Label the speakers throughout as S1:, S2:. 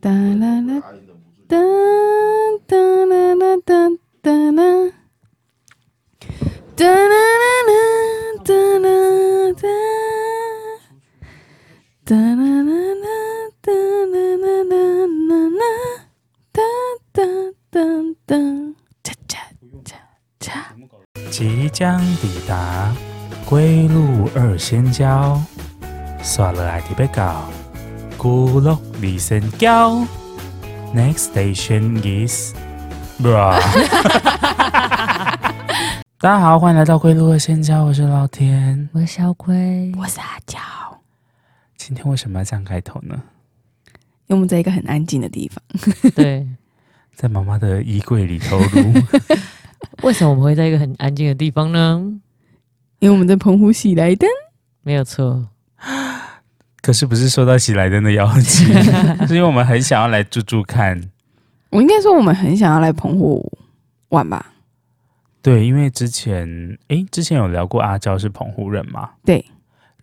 S1: 哒啦啦哒哒啦啦哒哒啦，哒啦啦啦哒啦哒，哒啦啦啦哒啦啦啦啦啦，哒哒哒哒，cha cha cha cha。
S2: 即将抵达归路二仙交，刷了爱迪贝高，孤落二仙交。Next station is bra。大家好，欢迎来到归路二仙交，我是老田。
S3: 我是小龟，
S1: 我是阿娇，
S2: 今天为什么要这样开头呢？
S1: 因为我们在一个很安静的地方，
S3: 对，
S2: 在妈妈的衣柜里头录，
S3: 为什么我们会在一个很安静的地方呢？
S1: 因为我们在澎湖喜来登。
S3: 没有错，
S2: 可是不是受到喜来登的邀请，是因为我们很想要来住住看。
S1: 我应该说我们很想要来澎湖玩吧？
S2: 对，因为之前诶，之前有聊过阿娇是澎湖人嘛？
S1: 对。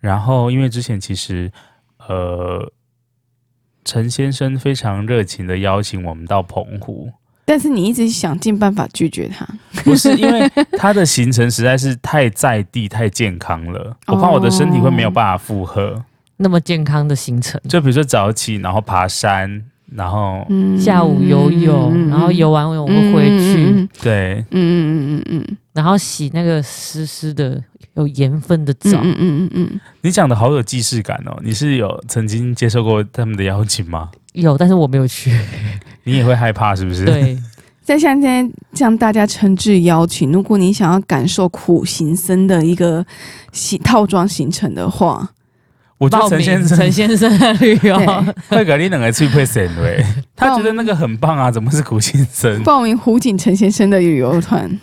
S2: 然后，因为之前其实呃，陈先生非常热情的邀请我们到澎湖，
S1: 但是你一直想尽办法拒绝他，
S2: 不是因为他的行程实在是太在地、太健康了，我怕我的身体会没有办法负荷。
S1: 哦
S3: 那么健康的行程，
S2: 就比如说早起，然后爬山，然后、
S1: 嗯
S3: 下午游泳，然后游完泳会回去，，
S2: 对
S1: 嗯嗯嗯嗯
S3: 然后洗那个湿湿的有盐分的
S1: 嗯
S3: 澡，
S1: 嗯嗯嗯嗯，
S2: 你讲的好有既视感哦。你是有曾经接受过他们的邀请吗？
S3: 有，但是我没有去。
S2: 你也会害怕是不是？
S3: 对，
S1: 在像现在向大家诚挚邀请，如果你想要感受苦行僧的一个行套装行程的话，
S2: 我觉
S3: 报
S2: 得陈
S3: 名
S2: 先生
S3: 陈先生的旅游
S1: 对，
S2: 会给你两个最配省喂， 他觉得那个很棒啊，怎么是苦先生？
S1: 报名胡景陈先生的旅游团，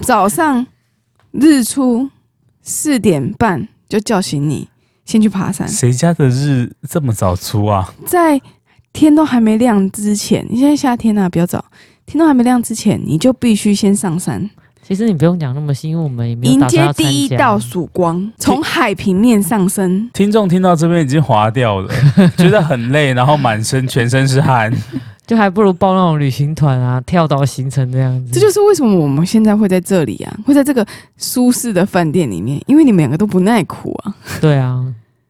S1: 早上日出四点半就叫醒你，先去爬山。
S2: 谁家的日这么早出啊？
S1: 在天都还没亮之前，你现在夏天啊，比较早，天都还没亮之前，你就必须先上山，
S3: 其实你不用讲那么细，因为我们也没有
S1: 迎
S3: 打算
S1: 接
S3: 要参加嗯
S1: 第一道曙光，从海平面上升。
S2: 听众听到这边已经滑掉 了，觉得很累，然后满身全身是汗。
S3: 就还不如报那种旅行团啊，跳岛行程这样 子。
S1: 这就是为什么我们现在会在这里啊，会在这个舒适的饭店里面，因为你们两个都不耐苦啊，
S3: 对啊，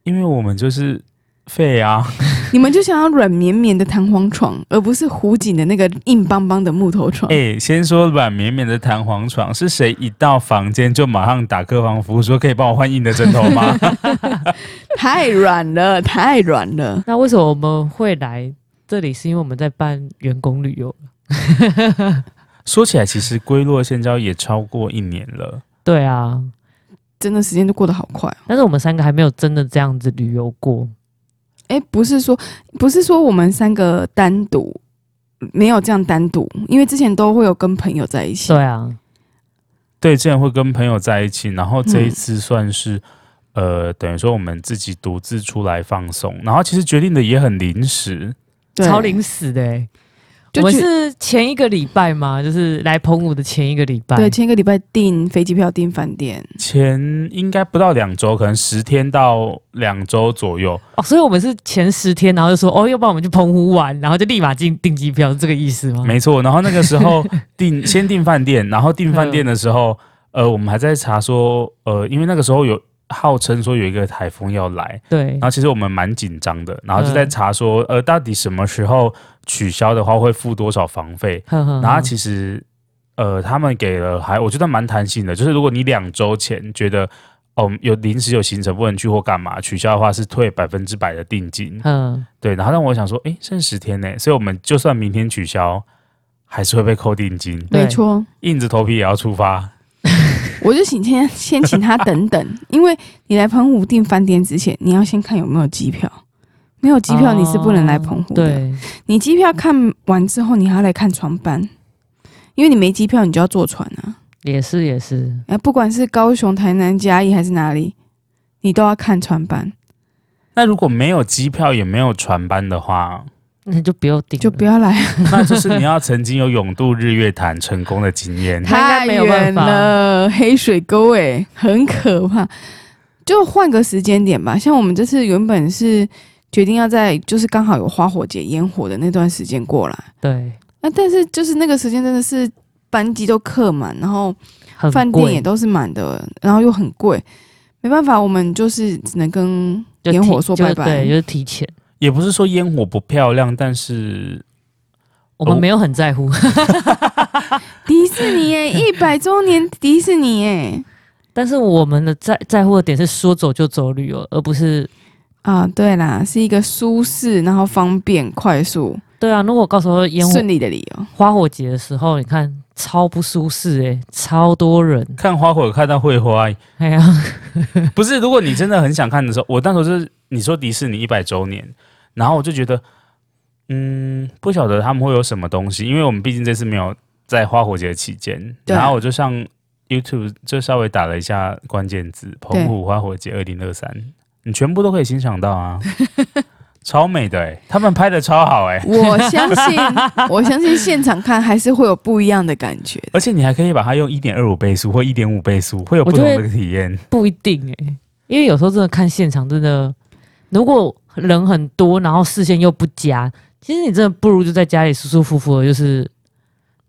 S2: 因为我们就是废啊，
S1: 你们就想要软绵绵的弹簧床，而不是湖景的那个硬邦邦的木头 床。
S2: 哎、先说软绵绵的弹簧床是谁一到房间就马上打客房服务说可以帮我换硬的枕头吗？
S1: 太软了，太软了。
S3: 那为什么我们会来这里？是因为我们在办员工旅游。
S2: 说起来，其实归落现交也超过一年了。
S3: 对啊，
S1: 真的时间都过得好快哦。
S3: 但是我们三个还没有真的这样子旅游过。
S1: 哎，不是说不是说我们三个单独没有这样单独，因为之前都会有跟朋友在一起。
S3: 对啊，
S2: 对，之前会跟朋友在一起，然后这一次算是、呃，等于说我们自己独自出来放松，然后其实决定的也很临时，
S1: 对，
S3: 超临死的、欸。
S1: 就
S3: 我们
S1: 去
S3: 是前一个礼拜嘛，就是来澎湖的前一个礼拜。
S1: 对前一个礼拜订飞机票订饭店，
S2: 前应该不到两周，可能十天到两周左右。
S3: 哦，所以我们是前十天，然后就说哦，要不然我们去澎湖玩，然后就立马订订机票，是这个意思吗？
S2: 没错，然后那个时候订先订饭店，然后订饭店的时候，呃，我们还在查说，呃，因为那个时候有号称说有一个台风要来，
S3: 对
S2: 然后其实我们蛮紧张的，然后就在查说，呃，到底什么时候取消的话会付多少房费？
S3: 呵呵
S2: 然后其实呃，他们给了还我觉得蛮弹性的，就是如果你两周前觉得哦有临时有行程不能去或干嘛取消的话，是退百分之百的定金。
S3: 嗯，
S2: 对，然后让我想说，诶，剩十天呢，所以我们就算明天取消，还是会被扣定金，
S3: 对
S1: 没错。
S2: 硬着头皮也要出发。
S1: 我就请先先请他等等，因为你来澎湖订饭店之前，你要先看有没有机票。没有机票你是不能来澎湖
S3: 哦
S1: 的。
S3: 对，
S1: 你机票看完之后，你还要来看船班，因为你没机票，你就要坐船啊。
S3: 也是也是，
S1: 哎，不管是高雄、台南、嘉义还是哪里，你都要看船班，
S2: 那如果没有机票也没有船班的话，
S3: 那就不要订了，
S1: 就不要来，
S2: 那就是你要曾经有永渡日月潭成功的经 验。
S3: 他应该没有
S1: 远
S3: 办法
S1: 了，黑水沟哎、很可怕。就换个时间点吧，像我们这次原本是决定要在就是刚好有花火节烟火的那段时间过来。
S3: 对，
S1: 那、但是就是那个时间真的是班机都客满，然后
S3: 很
S1: 饭店也
S3: 贵，
S1: 都是满的，然后又很贵，没办法，我们就是只能跟
S3: 就
S1: 烟
S3: 提
S1: 火说
S3: 就
S1: 拜拜
S3: 对，就是提前。
S2: 也不是说烟火不漂亮，但是
S3: 我
S2: 哦
S3: 们没有很在乎，
S1: 迪士尼耶一百周年迪士尼耶
S3: 但是我们的在在乎的点是说走就走旅游，而不是
S1: 啊，对啦，是一个舒适然后方便快速
S3: 对啊。如果到时候烟火
S1: 顺利的理由。
S3: 花火节的时候，你看超不舒适诶、欸超多人，
S2: 看花火看到会花。
S3: 哎呀，
S2: 不是，如果你真的很想看的时候，我那时候就是你说迪士尼一百周年，然后我就觉得，嗯，不晓得他们会有什么东西，因为我们毕竟这次没有在花火节期间，
S1: 对
S2: 然后我就上 YouTube 就稍微打了一下关键字“澎
S1: 对
S2: 湖花火节二零二三”，你全部都可以欣赏到啊， 超美的哎、他们拍的超好哎、
S1: 我相信， 我相信现场看还是会有不一样的感觉。
S2: 而且你还可以把它用一点二五倍速或一点五倍速，会有不
S3: 我觉
S2: 同
S3: 得
S2: 的体验。
S3: 不一定诶、因为有时候真的看现场，真的如果人很多，然后视线又不佳，其实你真的不如就在家里舒舒服服的，就是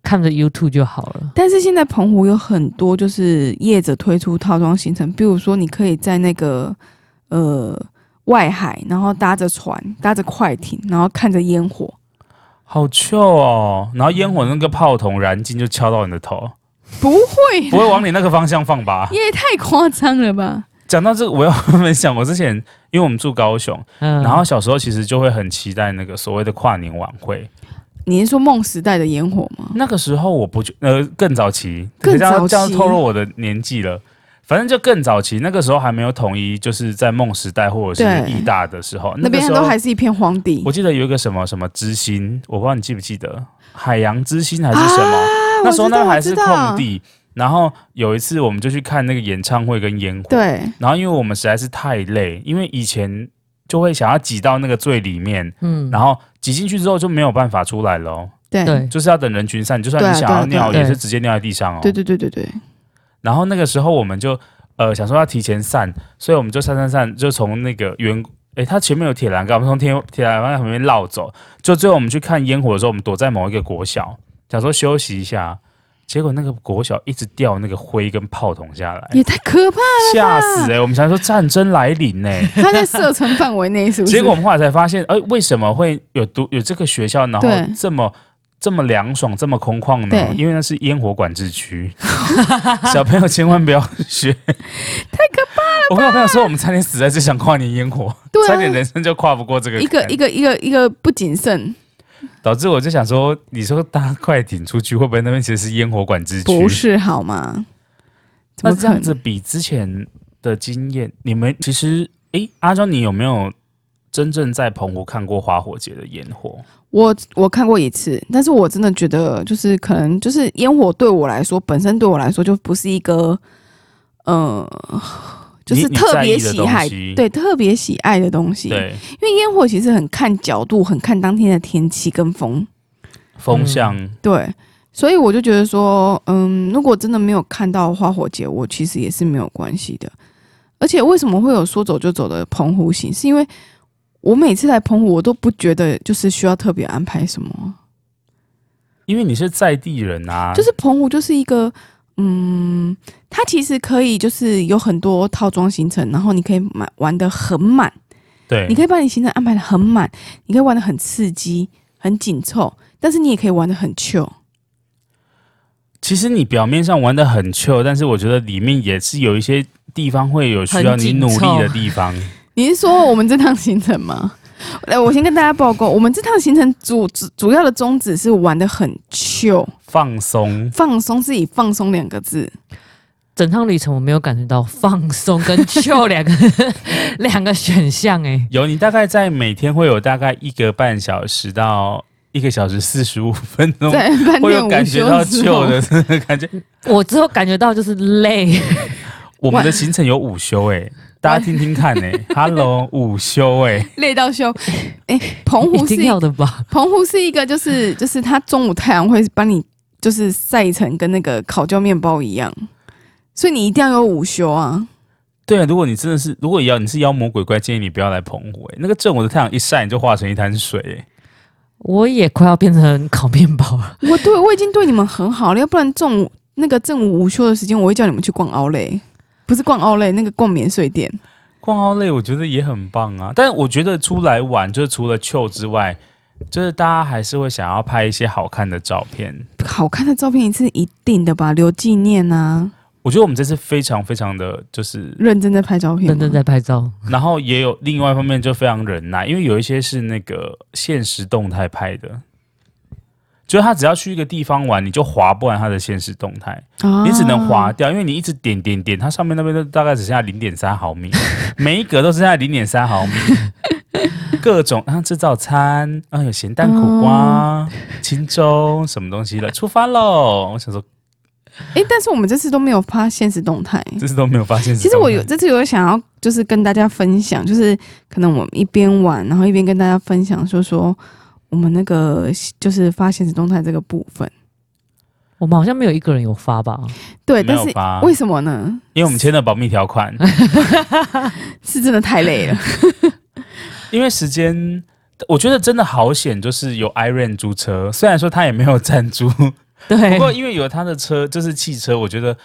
S3: 看着 YouTube 就好了。
S1: 但是现在澎湖有很多就是业者推出套装行程，比如说你可以在那个呃外海，然后搭着船、搭着快艇，然后看着烟火，
S2: 好臭哦！然后烟火那个炮筒燃尽就敲到你的头，
S1: 不会？
S2: 不会往你那个方向放吧
S1: 也太夸张了吧？
S2: 讲到这个，我要分享，我之前 因为我们住高雄，
S3: 嗯，
S2: 然后小时候其实就会很期待那个所谓的跨年晚会。
S1: 你是说梦时代的烟火吗？
S2: 那个时候我不觉呃更早期，
S1: 哦更早期
S2: 这样这样透露我的年纪了。反正就更早期，那个时候还没有统一，就是在梦时代或者是
S1: 对
S2: 义大的时候，
S1: 那
S2: 个
S1: 边
S2: 时
S1: 都
S2: 候
S1: 还是一片荒地
S2: 我。记得有一个什么什么之星，我不知道你记不记得，海洋之星还是什么？
S1: 啊
S2: 那时候
S1: 我知道
S2: 那还是
S1: 我知道
S2: 空地。然后有一次我们就去看那个演唱会跟烟火，。
S1: 对，
S2: 然后因为我们实在是太累，因为以前就会想要挤到那个最里面，
S3: 嗯，
S2: 然后挤进去之后就没有办法出来了哦，
S1: 对，
S3: 对，
S2: 就是要等人群散。就算
S1: 对啊
S2: 你想要
S1: 对啊
S2: 尿，
S3: 对啊
S2: 也是直接尿在地上哦。
S1: 对对对对对，
S2: 然后那个时候我们就呃想说要提前散，所以我们就散散散，就从那个圆，诶，它前面有铁栏杆，我们从铁铁栏杆旁边绕走。就最后我们去看烟火的时候，我们躲在某一个国小，想说休息一下，结果那个国小一直掉那个灰跟炮筒下 来，
S1: 也太可怕了！
S2: 吓死欸诶，我们想说战争来临呢、
S1: 它在射程范围内是不是？
S2: 结果我们后来才发现，哎、为什么会有读有这个学校，然后
S1: 对
S2: 这么这么凉爽，这么空旷呢
S1: 对？
S2: 因为那是烟火管制区， 小朋友千万不要 学，太可怕了！我跟我朋友说，我们差点死在这场跨年烟火，
S1: 对
S2: 差点人
S1: 啊，
S2: 生就跨不过这个
S1: 一个
S2: 坎
S1: 一个一个一个不谨慎，
S2: 导致我就想说，你说搭快艇出去，会不会那边其实是烟火管制区？
S1: 不是好吗？怎
S2: 那
S1: 么
S2: 这
S1: 可
S2: 样子
S1: 能？
S2: 比之前的经验，你们其实，哎、阿庄，你有没有真正在澎湖看过花火节的烟火？
S1: 我我看过一次，但是我真的觉得就是可能就是烟火对我来说，本身对我来说就不是一个，呃，就是
S2: 你
S1: 特别
S2: 你在意的
S1: 喜
S2: 东
S1: 爱，
S2: 西
S1: 对特别喜爱的东西。
S2: 对。
S1: 因为烟火其实很看角度，很看当天的天气跟风，嗯
S2: 风向，
S1: 对，所以我就觉得说，嗯，如果真的没有看到花火节，我其实也是没有关系的。而且为什么会有说走就走的澎湖行，是因为我每次来澎湖，我都不觉得就是需要特别安排什么，啊
S2: 因为你是在地人啊，
S1: 就是澎湖就是一个。嗯，它其实可以就是有很多套装行程，然后你可以买玩的很满，
S2: 对，
S1: 你可以把你行程安排的很满，你可以玩的很刺激、很紧凑，但是你也可以玩的很 chill。
S2: 其实你表面上玩的很 chill，但是我觉得里面也是有一些地方会有需要你努力的地方。
S1: 你是说我们这趟行程 吗？来，呃我先跟大家报告，我们这趟行程主主主要的宗旨是玩的很 chill，
S2: 放松，
S1: 放松是以放松两个字，
S3: 整趟旅程我没有感觉到放松跟 chill 两个 两个选项欸诶、
S2: 有你大概在每天会有大概一个半小时到一个小时四十五分钟，
S1: 在饭
S2: 会
S1: 店
S2: 有
S1: 午
S2: 感觉
S1: 休
S2: 到
S1: 的时候
S2: chill 的这个感觉。
S3: 我只有感觉到就是累，
S2: 我们的行程有午休哎、大家听听看哎、h e l l o 午休哎、
S1: 累到休。哎、澎湖
S3: 一
S1: 是
S3: 定要的吧？
S1: 澎湖是一个，就是就是它中午太阳会把你就是晒成跟那个烤焦面包一样，所以你一定要有午休啊。
S2: 对，如果你真的是，如果要你是妖魔鬼怪，建议你不要来澎湖、欸。那个正午的太阳一晒，你就化成一滩水、欸。
S3: 我也快要变成烤面包了。
S1: 我对我已经对你们很好了，要不然中午那个正午午休的时间，我会叫你们去逛奥莱，不是逛奥莱，那个逛免税店。
S2: 逛奥类我觉得也很棒啊，但我觉得出来玩，就是除了 chill 之外，就是大家还是会想要拍一些好看的照片。
S1: 好看的照片一次一定的吧，留纪念啊！
S2: 我觉得我们这次非常非常的就是
S1: 认真在拍照片，
S3: 认真在。拍照，
S2: 然后也有另外一方面就非常忍耐，因为有一些是那个现实动态拍的，就是他只要去一个地方玩，你就划不完他的现实动态，
S1: 啊
S2: 你只能划掉，因为你一直点点点，它上面那边都大概只剩下零点三 毫米，每一格都剩下零点三毫米。各种啊，吃早餐啊，有咸蛋苦瓜、
S1: 哦
S2: 青粥什么东西了，出发喽！我想说，
S1: 哎、但是我们这次都没有发现实动态。
S2: 这次都没有发现。
S1: 其实我有这次有想要，就是跟大家分享，就是可能我们一边玩，然后一边跟大家分享，说说我们那个就是发现实动态这个部分。
S3: 我们好像没有一个人有发吧？
S1: 对，
S2: 没
S1: 但
S2: 有
S1: 是
S2: 发，
S1: 为什么呢？
S2: 因为我们签了保密 条款，
S1: 是真的太累 了。
S2: 因为时间，我觉得真的好险，就是有 Iron 租车，虽然说他也没有赞助，不
S3: 对，
S2: 过 因为有他的车，就是汽车，我觉得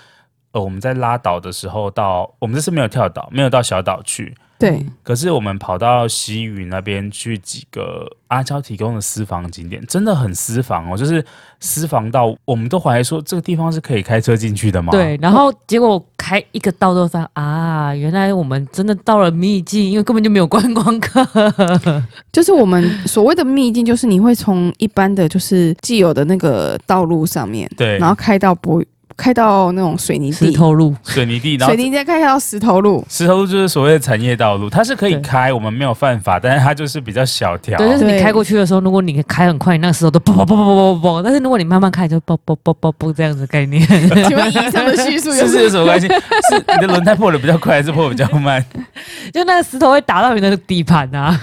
S2: 呃我们在拉岛的时候到，我们这次没有跳岛，没有到小岛去，
S1: 对，
S2: 可是我们跑到西屿那边去几个阿娇提供的私房景点，真的很私房哦，就是私房到我们都怀疑说这个地方是可以开车进去的吗？
S3: 对，然后结果开一个道之后发现啊，原来我们真的到了秘境，因为根本就没有观光客。
S1: 就是我们所谓的秘境，就是你会从一般的就是既有的那个道路上面，
S2: 对，
S1: 然后开到柏开到那种水泥
S3: 石
S1: 地，
S3: 头路，
S2: 水泥地，然后
S1: 水泥再开到石头 路，
S2: 石头路就是所谓的产业道路，它是可以
S3: 对
S2: 开，我们没有犯法，但是它就是比较小条。
S3: 对，就是你
S1: 对
S3: 开过去的时候，如果你开很快，你那个石头都啵啵啵啵啵啵啵，但是如果你慢慢开，就啵啵啵啵啵这样子的概念。
S1: 请问以上的叙述
S2: 是
S1: 有
S2: 不是有什么关系？是你的轮胎破的比较快，还是破得比较慢？
S3: 就那个石头会打到你的底盘啊。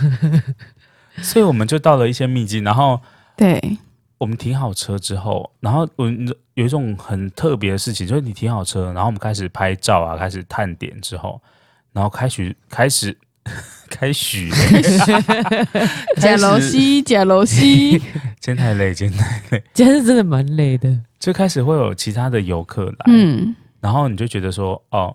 S2: 所以我们就到了一些秘境，然后
S1: 对，
S2: 我们停好车之后，然后我们有一种很特别的事情，就是你停好车，然后我们开始拍照啊，开始探点之后，然后开始开始 开 始，
S1: 假楼西，假楼 西，
S2: 今天太累，今天太
S3: 今天是真的蛮累的，
S2: 就开始会有其他的游客来，
S1: 嗯，
S2: 然后你就觉得说，哦，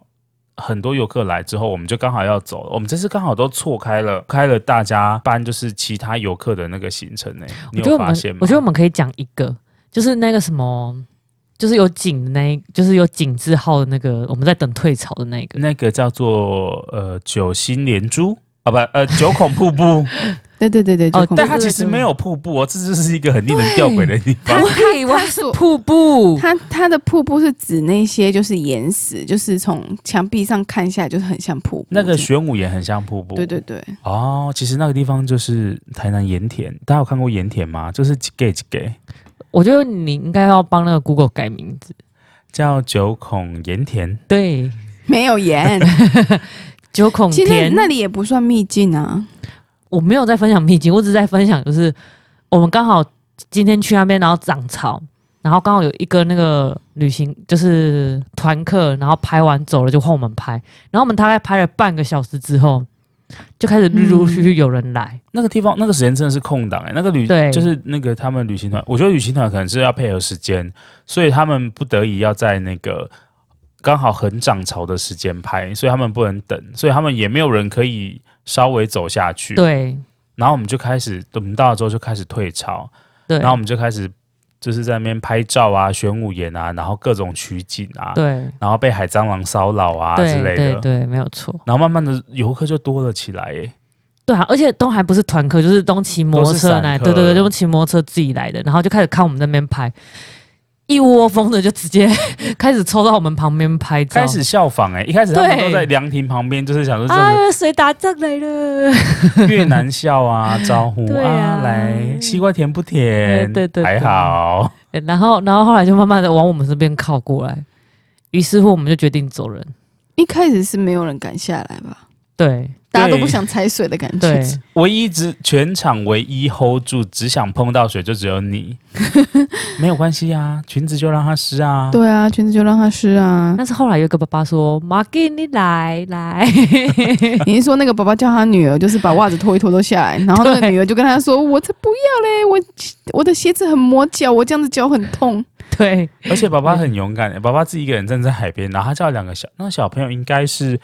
S2: 很多游客来之后，我们就刚好要走了。我们这次刚好都错开了，开了大家班就是其他游客的那个行程呢、
S3: 我
S2: 你
S3: 觉得
S2: 有
S3: 我
S2: 发
S3: 们
S2: 现吗，？
S3: 我觉得我们可以讲一个，就是那个什么，就是有井的那一，就是有井字号的那个，我们在等退潮的那个。
S2: 那个叫做呃九星连珠啊，不呃九孔瀑 布，
S1: 对对对对，
S3: 哦
S1: 就恐怖
S2: 但它其实没有瀑布哦，这就是一个很令人吊诡的地方
S1: 它。
S3: 对，哇，
S1: 它
S3: 是
S1: 所
S3: 瀑布，
S1: 它它的瀑布是指那些就是岩石，就是从墙壁上看下来就是很像瀑布这
S2: 那
S1: 样。
S2: 个玄武岩很像瀑布，
S1: 对对对，
S2: 哦，其实那个地方就是台南盐田，大家有看过盐田吗？就是几给几给
S3: 我觉得你应该要帮那个 Google 改名字。
S2: 叫九孔盐田，
S3: 对，
S1: 没有 岩，
S3: 九孔
S1: 其实那
S3: 田。
S1: 那里也不算秘境啊。
S3: 我没有在分享秘境，我只是在分享，就是我们刚好今天去那边，然后涨潮，然后刚好有一个那个旅行就是团客，然后拍完走了就换我们拍，然后我们大概拍了半个小时之后，就开始陆陆续续有人来，
S2: 那个地方那个时间真的是空档哎、那个旅
S3: 对
S2: 就是那个他们旅行团，我觉得旅行团可能是要配合时间，所以他们不得已要在那个刚好很涨潮的时间拍，所以他们不能等，所以他们也没有人可以稍微走下
S3: 嗯
S2: 去。，
S3: 对
S2: 然后我们就开始，我们到了之后就开始退潮，
S3: 对
S2: 然后我们就开始就是在那边拍照啊、玄武岩啊，然后各种取景啊，
S3: 对
S2: 然后被海蟑螂骚扰啊之
S3: 对
S2: 类
S3: 对
S2: 的，
S3: 对，没有错，
S2: 然后慢慢的游客就多了起来欸耶、
S3: 对啊，而且都还不是团客，就是都骑摩托车来，
S2: 都是散客
S3: 对对对，都骑摩托车自己来的，然后就开始看我们那边拍。一窝蜂的就直接 开始抽到我们旁边拍照，
S2: 开始效仿哎、一开始他们
S3: 对
S2: 都在凉亭旁边，就是想说
S1: 哎
S2: 这
S3: 啊，谁打仗来了？
S2: 是越南笑啊，招呼
S3: 对
S2: 啊
S3: 啊，
S2: 来西瓜甜不甜？
S3: 对对对
S2: 还好。
S3: 欸 然后，然后后来就慢慢的往我们这边靠过来，于是乎我们就决定走人。
S1: 一开始是没有人敢下来吧？
S3: 对，
S1: 大家都不想踩水的感觉
S3: 对。，
S2: 唯一只全场唯一 hold 住，只想碰到水就只有 你，没有关系啊，裙子就让它湿啊。
S1: 对啊，裙子就让它湿啊。
S3: 但是后来有一个爸爸说：“马给你来来，
S1: 你是说那个爸爸叫他女儿，就是把袜子脱一脱都下来，然后那个女儿就跟他说：“我才不要嘞，我我的鞋子很磨脚，我这样子脚很痛。
S3: 对，
S2: 而且爸爸很勇敢、欸爸爸自己一个人站在海边，然后他叫两个小，那小朋友应该是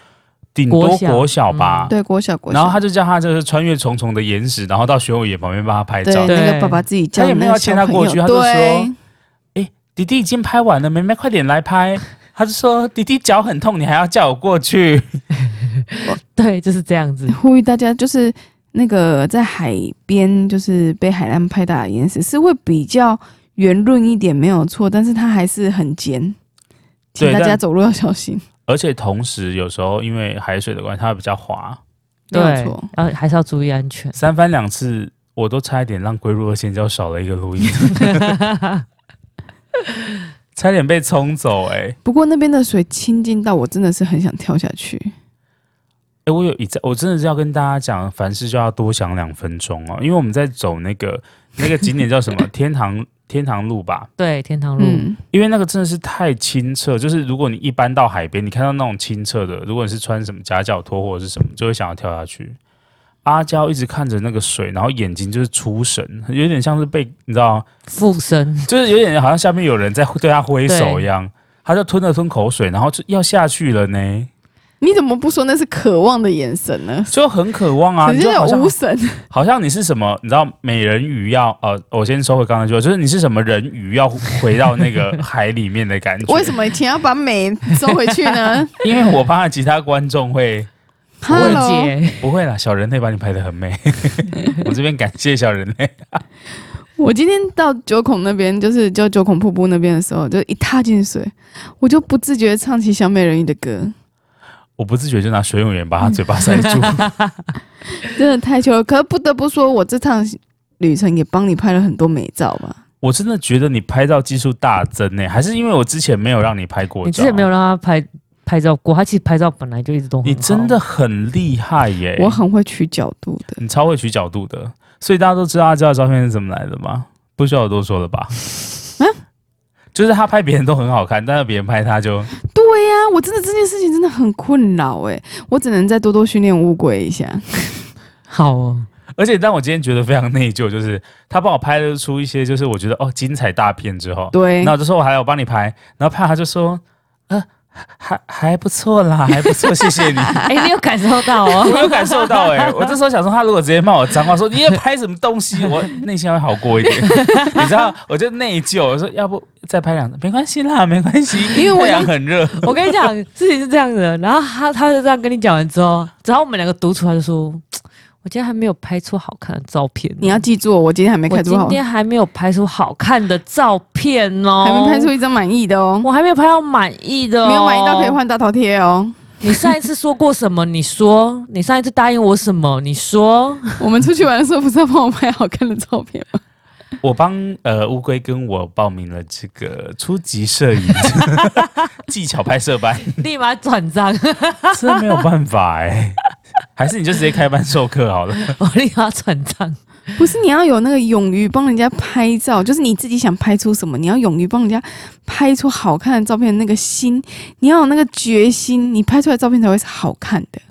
S2: 顶多
S3: 国小嗯
S2: 国小吧”，
S1: 对，国小国小。
S2: 啊然后他就叫他就是穿越重重的岩石，然后到玄武岩旁边帮他拍
S1: 对
S2: 照。
S1: 那个
S3: 对
S1: 爸爸自己叫
S2: 他也没有
S1: 那个小
S2: 要牵他过
S1: 朋
S2: 去
S1: 友
S2: 他就
S1: 对
S2: 说弟弟已经拍完了，妹妹快点来拍。他就说弟弟脚很痛，你还要叫我过去。
S3: 对，就是这样子。
S1: 呼吁大家，就是那个在海边，就是被海浪拍打的岩石是会比较圆润一点，没有错，但是它还是很尖，请
S2: 对
S1: 大家
S2: 但
S1: 走路要小心，
S2: 而且同时有时候因为海水的关系，它比较滑，。
S1: 没
S3: 对
S1: 有错。，
S3: 要还是要注意安全
S2: 三番两次我都差一点让归入二线就少了一个录音， 差点被冲走、欸。哎
S1: 不过那边的水清净到我真的是很想跳下去，
S2: 哎我有一次，我真的是要跟大家讲，凡事就要多想两分钟哦，因为我们在走那个那个景点叫什么天堂天堂路吧，
S3: 对，天堂路，
S1: 嗯，
S2: 因为那个真的是太清澈，就是如果你一般到海边，你看到那种清澈的，如果你是穿什么夹脚拖或者是什么，就会想要跳下去。阿娇一直看着那个水，然后眼睛就是出神，有点像是被你知道，
S3: 附身，
S2: 就是有点好像下面有人在对他挥手一样，他就吞了吞口水，然后就要下去了呢，
S1: 你怎么不说那是渴望的眼神呢？
S2: 就很渴望啊，
S1: 可
S2: 你
S1: 是
S2: 就好
S1: 有
S2: 像
S1: 无神，
S2: 好像你是什么，你知道美人鱼要呃，我先收回刚才说，就是你是什么人鱼要回到那个海里面的感觉，
S1: 为什么请要把美收回去 呢
S2: 因为我怕其他观众会
S3: 我会
S1: ？Hello，
S3: 接，
S2: 不会啦，小人类把你拍得很 美。我这边感谢小人类。
S1: 我今天到九孔那边，就是就九孔瀑布那边的时候，就一踏进水，我就不自觉唱起小美人鱼的歌，
S2: 我不自觉就拿水泳员把他嘴巴 塞住。
S1: 真的太糗了。可是不得不说，我这趟旅程也帮你拍了很多美照吧？
S2: 我真的觉得你拍照技术大增呢、欸还是因为我之前没有让你拍过照？
S3: 你之前没有，让他拍拍照过，他其实拍照本来就一直都
S2: 啊
S3: 很
S2: 你真的
S3: 好
S2: 很厉害耶、
S1: 我很会取角度的，
S2: 你超会取角度的，所以大家都知道阿娇的照片是怎么来的吗？不需要我多说了吧？
S3: 啊
S2: 就是他拍别人都很好看，但是别人拍他 就
S1: 对呀、我真的这件事情真的很困扰哎、我只能再多多训练乌龟一下。
S3: 好 哦，
S2: 而且，但我今天觉得非常内疚，就是他帮我拍得出一些，就是我觉得哦精彩大片之后，
S1: 对
S2: 那，我就说我还有帮你拍，然后怕他就说，呃，还还不错啦，还不 错，谢谢你。
S3: 哎、你有感受到 哦？
S2: 我有感受到哎、我这时候想说，他如果直接骂我脏话，说你也拍什么东西，我内心还会好过一点。 你知道，我就内疚，我说要不再拍两张，没关系啦，没关系，
S1: 因为我
S2: 太阳很热。
S3: 我跟你讲，事情是这样的，然后他他就这样跟你讲完之后，然后我们两个独处，他就说：“我今天还没有拍出好看的照片呢。”
S1: 你要记住，我今天还没
S3: 我
S1: 开出
S3: 今
S1: 好，
S3: 天还没有拍出好看的照片哦，
S1: 还没拍出，一张满意的哦，
S3: 我还没有拍到满意的、哦，
S1: 没有满意到可以。换大头贴哦。
S3: 你上一次说过什么？你说，你上一次答应我什么？你说，
S1: 我们出去玩的时候不是要帮我拍好看的照片吗？
S2: 我帮呃乌龟跟我报名了这个初级 摄影技巧拍摄班，
S3: 立马转账，
S2: 真没有办法哎、还是你就直接开班授课好了。
S3: 我立马转账。
S1: 不是，你要有那个勇于帮人家拍照，就是你自己想拍出什么，你要勇于帮人家拍出好看的照片的那个心，你要有那个决心，你拍出来的照片才会是好看的。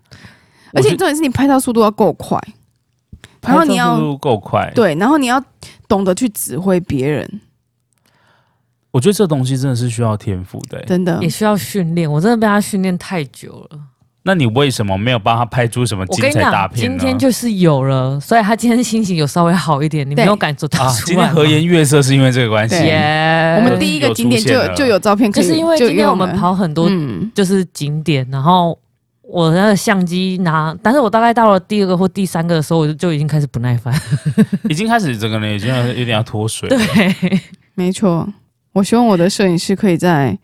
S1: 而且
S2: 我觉
S1: 重点是你拍照速度要够快，然后你
S2: 拍照
S1: 要
S2: 速度够快，
S1: 对，然后你要懂得去指挥别人，
S2: 我觉得这东西真的是需要天赋的、欸。
S1: 真的
S3: 也。需要训练，我真的被他训练太久了。
S2: 那你为什么没有帮他拍出什么
S3: 我
S2: 精
S3: 跟你
S2: 彩大片
S3: 讲，
S2: 啊
S3: 今
S2: 呢？
S3: 天就是有了，所以他今天心情有稍微好一点，你没
S1: 对
S3: 有感受到
S2: 啊，
S3: 出
S2: 今
S3: 来
S2: 天
S3: 吗。
S2: 和颜悦色是因为这个 关系。
S1: 对
S3: 耶
S1: 我们第一个景点就
S2: 有出现
S1: 有
S2: 了
S1: 就有照片可
S3: 就
S1: 以，
S3: 是因为
S1: 就
S3: 今天我
S1: 用
S3: 们
S1: 了
S3: 跑很多
S1: 嗯，
S3: 就是景点，然后我那个相机拿，但是我大概到了第二个或第三个的时候，我就就已经开始不 耐烦。
S2: 已经开始整个人已经有点要脱水了。
S3: 对，
S1: 没错。我希望我的摄影师可以再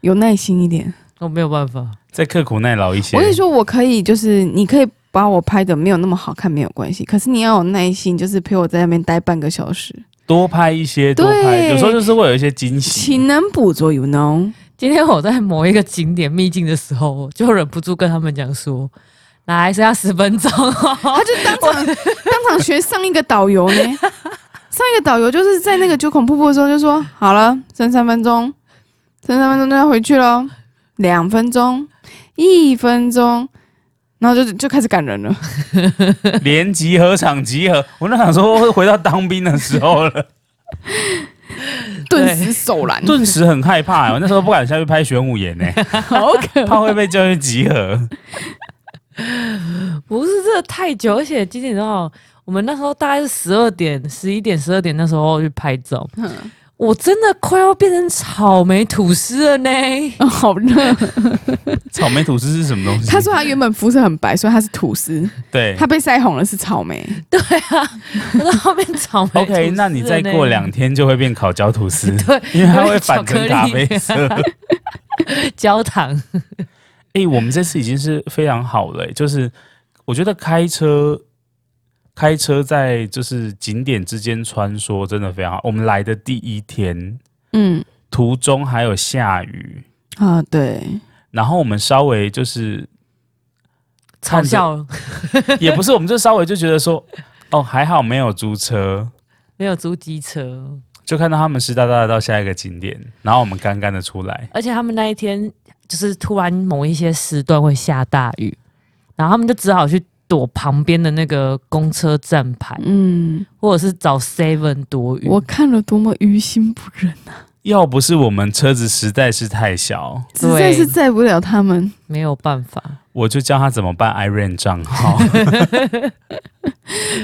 S1: 有耐心一点。
S3: 我没有办法。
S2: 再刻苦耐劳一些。
S1: 我跟你，说，我可以，就是你可以把我拍的没有那么好看没有关系，可是你要有耐心，就是陪我在那边待半个小时，
S2: 多拍一些，多拍，
S1: 对
S2: 有时候就是会有一些惊喜。
S1: 勤能补拙，you know。
S3: 今天我在某一个景点秘境的时候，就忍不住跟他们讲说：“来，剩下十分钟、哦
S1: 他，就当 场当场学上一个导游呢。上一个导游就是在那个九孔瀑布的时候就说：“好了，剩三分钟，剩三分钟就要回去喽，两分钟，一分钟。”然后就就开始赶人了，
S2: 连集合场集合，我那想说会回到当兵的时候了，
S1: 顿时手软，
S2: 顿时很害怕、欸我那时候不敢下去拍玄武岩呢、
S1: 好可
S2: 怕会被叫去集合。
S3: 不是这太久，而且今天你知道，我们那时候大概是十二点、十一点、十二点那时候去拍照，
S1: 嗯
S3: 我真的快要变成草莓吐司了 呢。
S1: 好热。
S2: 草莓吐司是什么东西？
S1: 他说他原本肤色很白，所以他是吐司，
S2: 对
S1: 他被晒红了是草莓。
S3: 对啊，我到后面草莓吐司了呢。
S2: ，OK，那你再过两天就会变烤焦吐司，
S3: 对，
S2: 因为它会反成咖啡
S3: 有
S2: 色。
S3: 焦糖，
S2: 哎、我们这次已经是非常好了、欸就是我觉得开车。开车在就是景点之间穿梭，真的非常好。我们来的第一天，
S1: 嗯
S2: 途中还有下雨，
S1: 啊，对，
S2: 然后我们稍微就是
S3: 嘲
S2: 看着
S3: 笑
S2: 也不是，我们就稍微就觉得说，哦，还好没有租车，
S3: 没有租机车，
S2: 就看到他们湿哒哒的到下一个景点，然后我们干干的出来。
S3: 而且他们那一天就是突然某一些时段会下大雨，然后他们就只好去躲旁边的那个公车站牌，
S1: 嗯，
S3: 或者是找 Seven 躲雨。
S1: 我看了多么于心不忍，
S2: 要不是我们车子实在是太小，
S1: 实在
S3: 对
S1: 是载不了他们。
S3: 没有办法，
S2: 我就教他怎么办 Iron 账号。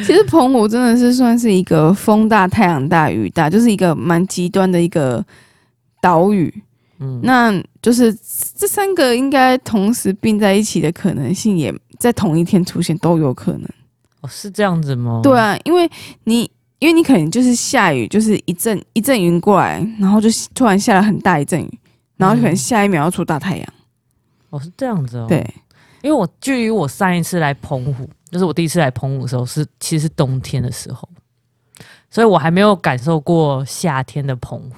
S1: 其实澎湖真的是算是一个风大、太阳大、雨大，就是一个蛮极端的一个岛屿。
S3: 嗯，
S1: 那就是这三个应该同时并在一起的可能性，也在同一天出现都有可能。
S3: 哦是这样子吗？
S1: 对，啊，因为你因为你可能就是下雨，就是一阵一阵云过来，然后就突然下了很大一阵雨，然后可能下一秒要出大太阳。
S3: 哦是这样子哦。
S1: 对，，
S3: 因为我距离我上一次来澎湖，就是我第一次来澎湖的时候是其实是冬天的时候，所以我还没有感受过夏天的澎湖。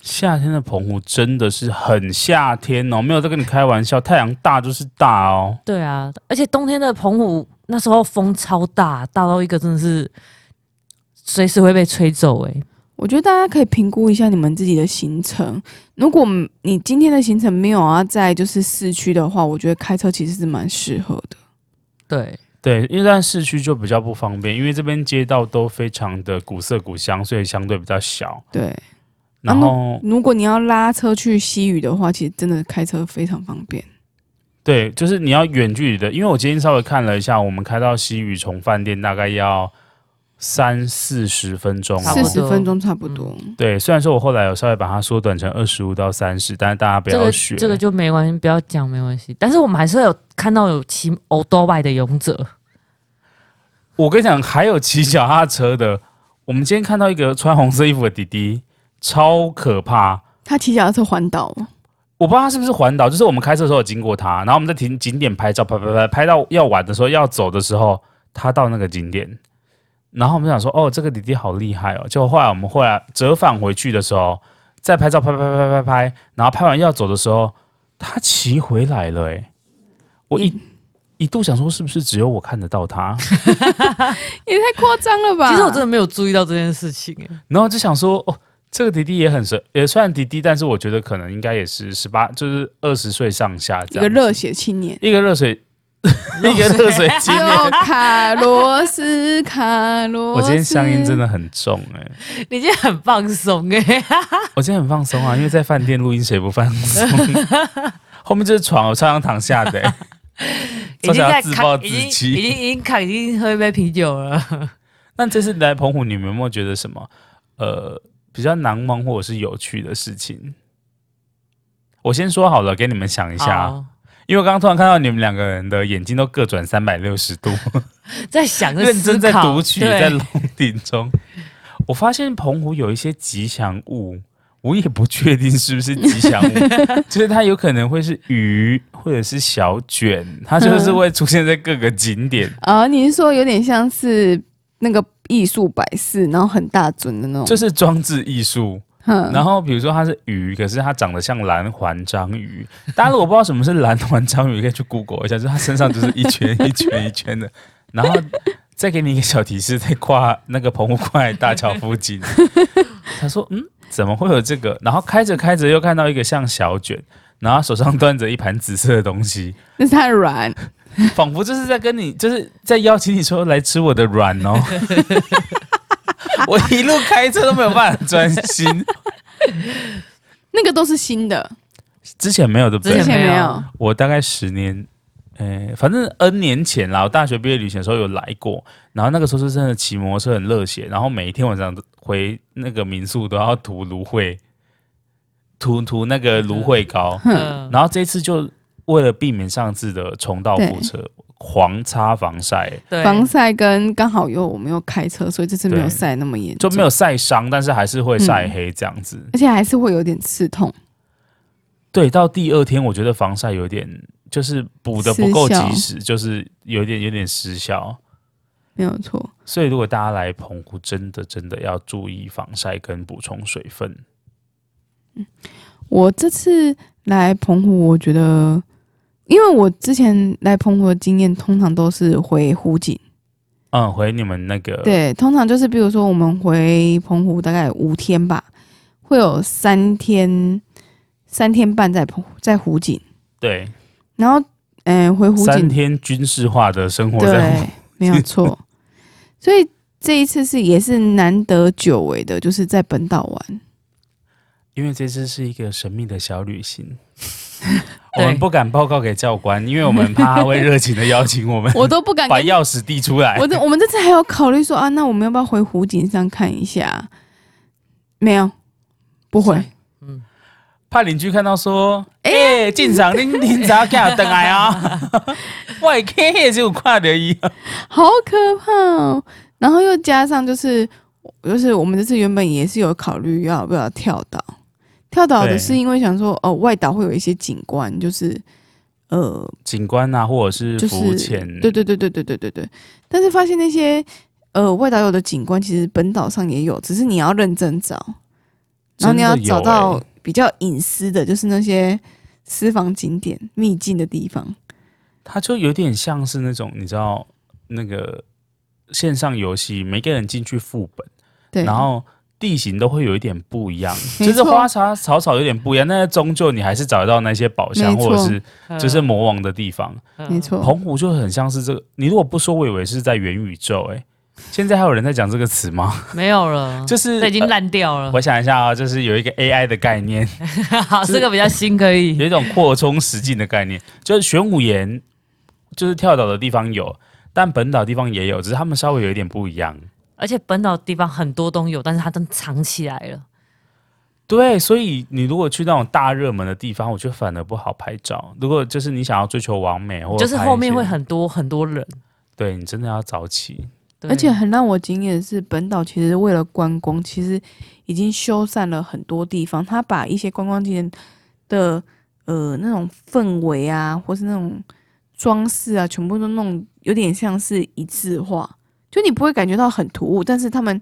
S2: 夏天的澎湖真的是很夏天哦，没有在跟你开玩笑，太阳大就是大哦。
S3: 对啊，而且冬天的澎湖那时候风超大，大到一个真的是随时会被吹走哎、
S1: 我觉得大家可以评估一下你们自己的行程。如果你今天的行程没有要在就是市区的话，我觉得开车其实是蛮适合的。
S3: 对，
S2: 对，因为在市区就比较不方便，因为这边街道都非常的古色古香，所以相对比较小。
S1: 对，
S2: 然
S1: 啊那
S2: 后、
S1: 如果你要拉车去西屿的话，其实真的开车非常方便。
S2: 对，就是你要远距离的，因为我今天稍微看了一下，我们开到西屿从饭店大概要三四十分钟、
S3: 差
S2: 哦，
S3: 不
S1: 四
S3: 多
S1: 十分钟差不嗯多。
S2: 对，虽然说我后来有稍微把它缩短成二十五到三十，但是大家不
S3: 这
S2: 要
S3: 个
S2: 学。
S3: 这个就没关系，不要讲没关系。但是我们还是有看到有骑欧多拜的勇者，
S2: 我跟你讲，还有骑脚踏车的，我们今天看到一个穿红色衣服的弟弟，超可怕。
S1: 他骑脚踏车环岛，
S2: 我不知道他是不是环岛，就是我们开车的时候有经过他，然后我们在停景点拍照，拍拍拍，拍到要晚的时候要走的时候，他到那个景点，然后我们想说，哦，这个弟弟好厉害哦。就后来我们后来折返回去的时候，再拍照，拍拍拍拍拍，然后拍完要走的时候，他骑回来了、诶，我一一度想说，是不是只有我看得到他？
S1: 也太夸张了吧？
S3: 其实我真的没有注意到这件事情、欸。
S2: 然后就想说，哦，这个弟弟也很神，也算弟弟，但是我觉得可能应该也是十八，就是二十岁上下
S1: 一
S2: 这样
S1: 个
S2: 子。。
S1: 热血青年
S2: 一个热水，一个热水机。
S3: 哎
S1: 有卡罗斯，卡罗斯。
S2: 我今天乡音真的很重哎、
S3: 你今天很放松哎、
S2: 我今天很放松啊，因为在饭店录音谁不放 松？后面就是床，我超想躺下的、欸，
S3: 已
S2: 超
S3: 经
S2: 想
S3: 在
S2: 要自暴
S3: 扛，
S2: 自
S3: 已经已
S2: 弃。
S3: 经已经扛，已经喝一杯啤酒了。
S2: 那这次来澎湖，你们有没有觉得什么呃比较难忘或者是有趣的事情？我先说好了，给你们想一下，
S3: 好
S2: 因为我刚刚突然看到你们两个人的眼睛都各转三百六十度。
S3: 在想着
S2: 认真在
S3: 思考
S2: 读取，
S3: 对
S2: 在龙鼎中，我发现澎湖有一些吉祥物，我也不确定是不是吉祥 物，就是它有可能会是鱼或者是小卷，它
S3: 嗯
S2: 就是会出现在各个景点，
S3: 哦
S1: 啊、你是说有点像是那个艺术摆饰，然后很大尊的那种？
S2: 就是装置艺术。
S1: 嗯
S2: 然后比如说它是鱼，可是它长得像蓝环章鱼。大家如果不知道什么是蓝环章鱼，可以去 Google 一下，就是它身上就是一圈一圈一圈的。然后再给你一个小提示，在跨那个澎湖跨海大桥附近，他说：“嗯，怎么会有这个？”然后开着开着又看到一个像小卷，然后手上端着一盘紫色的东西，
S1: 那是它的卵，
S2: 仿佛就是在跟你，就是在邀请你说来吃我的软哦。我一路开车都没有办法专心，
S1: 那个都是新的，
S2: 之前没有对不
S3: 之
S2: 对
S1: 之？前
S3: 没
S1: 没
S3: 有
S1: 有。
S2: 我大概十年，呃，反正 N 年前啦，我大学毕业旅行的时候有来过，然后那个时候是真的骑摩托车很热血，然后每一天晚上都回那个民宿都要涂芦荟，涂涂那个芦荟膏，
S1: 哼，
S3: 嗯
S2: 然后这次就为了避免上次的重蹈覆辙，狂擦防晒，
S3: 对
S1: 防晒跟刚好又我们又开车，所以这次没有
S2: 对
S1: 晒那么严
S2: 就
S1: 重，
S2: 没有，晒伤，但是还是会晒黑这样子。
S1: 而且还是会有点刺痛。
S2: 对，到第二天我觉得防晒有点就是补的不够及时，就是有点有点失效。
S1: 没有错，
S2: 所以，如果大家来澎湖，真的真的要注意防晒跟补充水分。
S1: 我这次来澎湖，我觉得，因为我之前来澎湖的经验通常都是回湖景，
S2: 嗯，回你们那个，
S1: 对，通常就是比如说我们回澎湖大概五天吧，会有三天、三天半在澎湖在湖景，
S2: 对
S1: 然后嗯、呃回湖
S2: 三
S1: 景
S2: 天军事化的生活在澎湖
S1: 对，没有 错。所以这一次是也是难得久违的，就是在本岛玩。，
S2: 因为这次是一个神秘的小旅行，我
S3: 对
S2: 们不敢报告给教官，因为我们怕他会热情的邀请我 们
S1: 我都不敢
S2: 把
S1: 跟，
S2: 钥匙递出来
S1: 我。这我们这次还有考虑说啊，那我们要不要回湖景上看一下？没有，不会
S3: 是。嗯，
S2: 怕邻居看到说：“哎、进厂恁恁早叫等来啊！” 我一看也就看到伊，
S1: 好可怕哦！然后又加上就是就是我们这次原本也是有考虑要不要跳岛，跳岛的
S2: 对
S1: 是因为想说哦，外岛会有一些景观，就是呃
S2: 景观啊，或者是
S1: 就是
S2: 浮潜，
S1: 对对对对对对对对。但是发现那些呃外岛有的景观，其实本岛上也有，只是你要认真找，然后你要
S2: 真的有
S1: 找到
S2: 欸
S1: 比较隐私的，就是那些私房景点、秘境的地方。
S2: 它就有点像是那种你知道那个线上游戏，每个人进去副本，
S1: 对，
S2: 然后地形都会有一点不一样，
S1: 没
S2: 就是
S1: 错
S2: 花茶草草有点不一样，但是终究你还是找得到那些宝箱
S1: 没错
S2: 或者是
S3: 嗯
S2: 就是魔王的地方。
S1: 没，错，
S2: 澎湖就很像是这个，你如果不说，我以为是在元宇宙哎、现在还有人在讲这个词吗？
S3: 没有了，
S2: 就是
S3: 这已经
S2: 呃
S3: 烂掉了
S2: 我。想一下啊，就是有一个 AI 的概念，
S3: 好，这个比较新，可以
S2: 有一种扩充实境的概念， 就是玄武岩，就是跳岛的地方有，但本岛地方也有，只是他们稍微有一点不一样。
S3: 而且本岛地方很多都有，但是它真的藏起来了。
S2: 对，所以你如果去那种大热门的地方，我觉得反而不好拍照。如果就是你想要追求完美，或者
S3: 就是后面
S2: 拍
S3: 会
S2: 一些
S3: 很多很多人，
S2: 对你真的要早起。
S3: 对
S1: 而且很让我惊艳的是，本岛其实为了观光，其实已经修缮了很多地方，它把一些观光景点的呃那种氛围啊，或是那种装饰啊，全部都弄有点像是一致化，就你不会感觉到很突兀，但是他们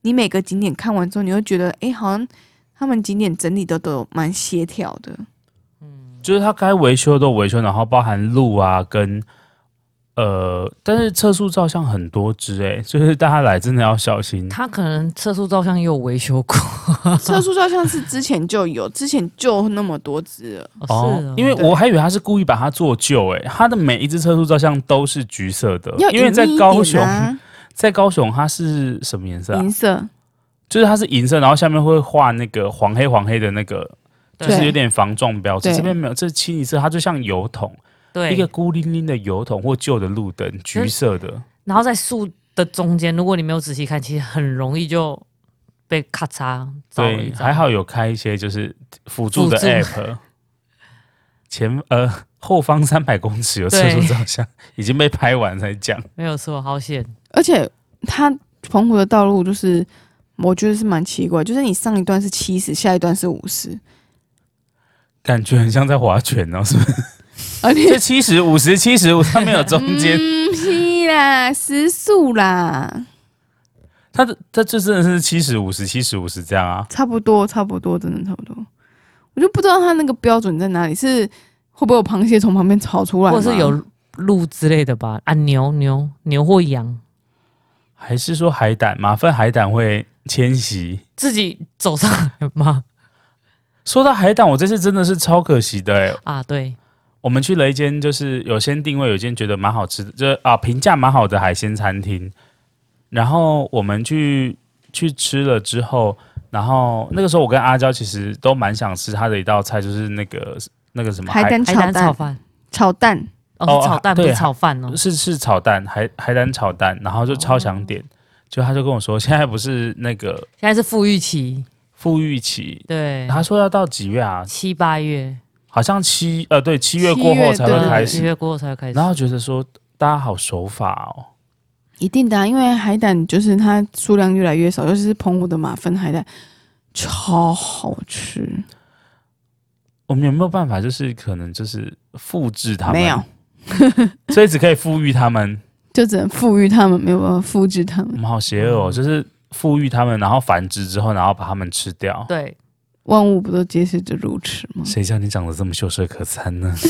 S1: 你每个景点看完之后，你会觉得诶，好像他们景点整理的都有蛮协调的，
S2: 就是它该维修都维修，然后包含路啊跟呃，但是测速照相很多只哎、 就是大家来真的要小心。
S3: 他可能测速照相也有维修过，
S1: 车速照相是之前就有，之前就那么多只了，
S3: 是哦
S2: 因为
S1: 对
S2: 我还以为他是故意把它做旧，哎，他的每一只测速照相都是橘色的，
S1: 要
S2: 因为在
S1: 隐秘一
S2: 高
S1: 点
S2: 雄，
S1: 啊
S2: 在高雄它是什么颜色啊？
S1: 银色。
S2: 就是它是银色，然后下面会画那个黄黑黄黑的那个，
S3: 对
S2: 就是有点防撞标志。
S1: 对
S2: 这边没有，这清一色，它就像油桶，
S3: 对
S2: 一个孤零零的油桶或旧的路灯，橘色的。
S3: 然后在树的中间，如果你没有仔细看，其实很容易就被咔嚓照了一
S2: 对，
S3: 张
S2: 还好有开一些就是辅助的
S3: 辅助
S2: app，前呃后方三百公尺有测速
S3: 对
S2: 照相，已经被拍完才讲。
S3: 没有错，好险。
S1: 而且它澎湖的道路就是，我觉得是蛮奇怪，就是你上一段是七十，下一段是五十，
S2: 感觉很像在划拳哦，是不是？
S1: 而且嗯
S2: 这七十五十七十，它没有中间，
S1: 嗯，是啦，时速啦，
S2: 他的他这真的是七十五十七十五十这样啊，
S1: 差不多，差不多，真的差不多。我就不知道他那个标准在哪里，是会不会有螃蟹从旁边跑出来，
S3: 或者是有鹿之类的吧？啊，牛牛牛或羊
S2: 还是说海胆？麻烦海胆会迁徙。
S3: 自己走上来吗？
S2: 说到海胆，我这次真的是超可惜的哎、
S3: 啊，对，
S2: 我们去了一间，就是有先定位，有一间觉得蛮好吃的，就是啊评价蛮好的海鲜餐厅。然后我们去去吃了之后，然后那个时候我跟阿娇其实都蛮想吃他的一道菜，就是那个那个什么
S1: 海胆炒
S3: 海胆炒
S1: 蛋，
S3: 饭
S1: 炒蛋
S2: 哦
S3: 哦，是炒蛋
S2: 对
S3: 不是炒饭哦，
S2: 是是炒蛋海海胆炒蛋，然后就超想点，就他就跟我说现在不是那个
S3: 现在是富裕期，
S2: 富裕期，
S3: 对，
S2: 他说要到几月啊？
S3: 七八月，
S2: 好像七呃对七月
S1: 七
S2: 过后
S1: 月
S2: 才
S1: 对
S2: 会
S1: 的
S2: 开
S3: 七
S2: 始，
S3: 月过后才会开始，
S2: 然后觉得说大家好守法哦。
S1: 一定的啊、因为海胆就是它数量越来越少，尤其是澎湖的马粪海胆，超好吃。
S2: 我们有没有办法，就是可能就是复制他们？
S1: 没有，，
S2: 所以只可以富裕他们。
S1: 就只能富裕他们，没有办法复制他
S2: 我
S1: 们。
S2: 们好邪
S3: 嗯
S2: 恶哦，就是富裕他们，然后繁殖之后，然后把他们吃掉。
S3: 对，
S1: 万物不都皆是这如此吗？
S2: 谁叫你长得这么秀色可餐呢？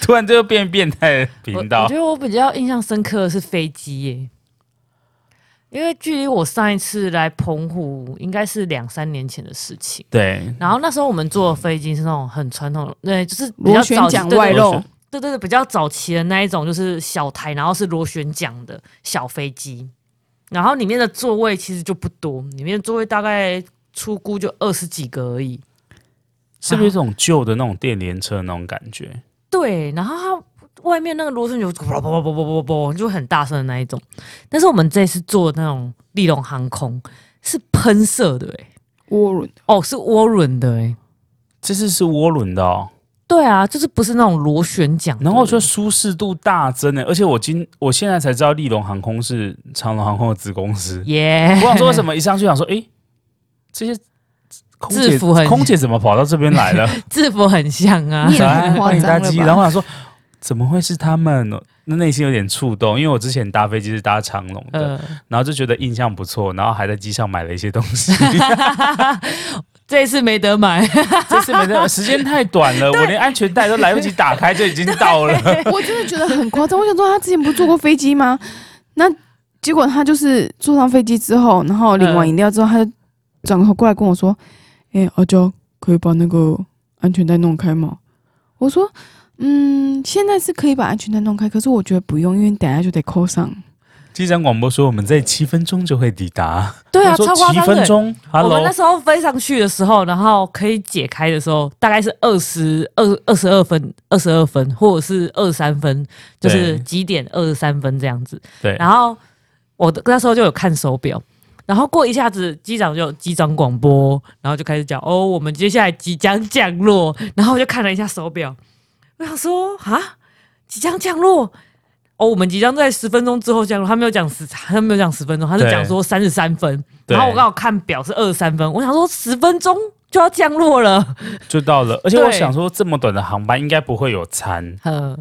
S2: 突然就变变态的
S3: 我
S2: 频
S3: 我
S2: 道
S3: 觉，得我比较印象深刻的是飞机耶，因为距离我上一次来澎湖应该是两三年前的事情。
S2: 对，
S3: 然后那时候我们坐的飞机是那种很传统的，对，就是比
S1: 螺
S3: 较
S1: 旋
S3: 早期
S1: 桨
S3: 对
S1: 外
S3: 对
S1: 露，
S3: 对对对，比较早期的那一种，就是小台，然后是螺旋桨的小飞机，然后里面的座位其实就不多，里面的座位大概出估就二十几个而已。
S2: 是不是有一种旧的那种电联车那种感觉？
S3: 对，然后它外面那个螺旋桨就啵啵啵啵啵啵啵，就很大声的那一种。但是我们这次坐的那种利隆航空是喷射的、欸，
S1: 涡 轮
S3: 哦，是涡轮的、欸，
S2: 这次是涡轮的哦，
S3: 对啊，就是不是那种螺旋桨的。
S2: 然后我觉得舒适度大增欸呢，而且我今我现在才知道利隆航空是长龙航空的子公司，
S3: 耶
S2: 我想说为什么一上去想说，诶，这些空姐
S3: 制服很
S2: 空姐怎么跑到这边来了？
S3: 制服很像啊
S1: 你，也
S2: 早
S1: 太
S2: 安，
S1: 夸
S2: 欢迎
S1: 张
S2: 搭
S1: 了
S2: 机。
S1: 吧
S2: 然后我想说，怎么会是他们？那内心有点触动，因为我之前搭飞机是搭长龙的，
S3: 呃，
S2: 然后就觉得印象不错，然后还在机上买了一些东西。
S3: 这一次没得买，
S2: 这次没得，时间太短了，我连安全带都来不及打开就已经到 了。
S1: 哎我真的觉得很夸张。我想说，他之前不是坐过飞机吗？那结果他就是坐上飞机之后，然后领完饮料之后，他就转头过来跟我说：“哎、阿娇，可以把那个安全带弄开吗？”我说：“嗯，现在是可以把安全带弄开，可是我觉得不用，因为等下就得扣上。
S2: 机长广播说我们在七分钟就会抵达。
S3: 对啊，
S2: 我说
S3: 超夸
S2: 七
S3: 张
S2: 分
S3: 的。
S2: 钟
S3: 我们
S2: ，Hello
S3: 那。时候飞上去的时候，然后可以解开的时候，大概是二十二二十二分、二十二分，或者是二三分，就是
S2: 对
S3: 几点二十三分这样子。
S2: 对，
S3: 然后我的那时候就有看手表，然后过一下子机长就有机长广播，然后就开始讲哦，我们接下来即将降落，然后我就看了一下手表，我想说啊，即将降落。哦，我们即将在十分钟之后降落。他没有讲十，他没有讲十分钟，他是
S2: 对
S3: 讲说三十三分。
S2: 对
S3: 然后我刚好看表是二十三分，我想说十分钟就要降落了。
S2: 就到了。而且我
S3: 对
S2: 想说，这么短的航班应该不会有餐，
S3: 呵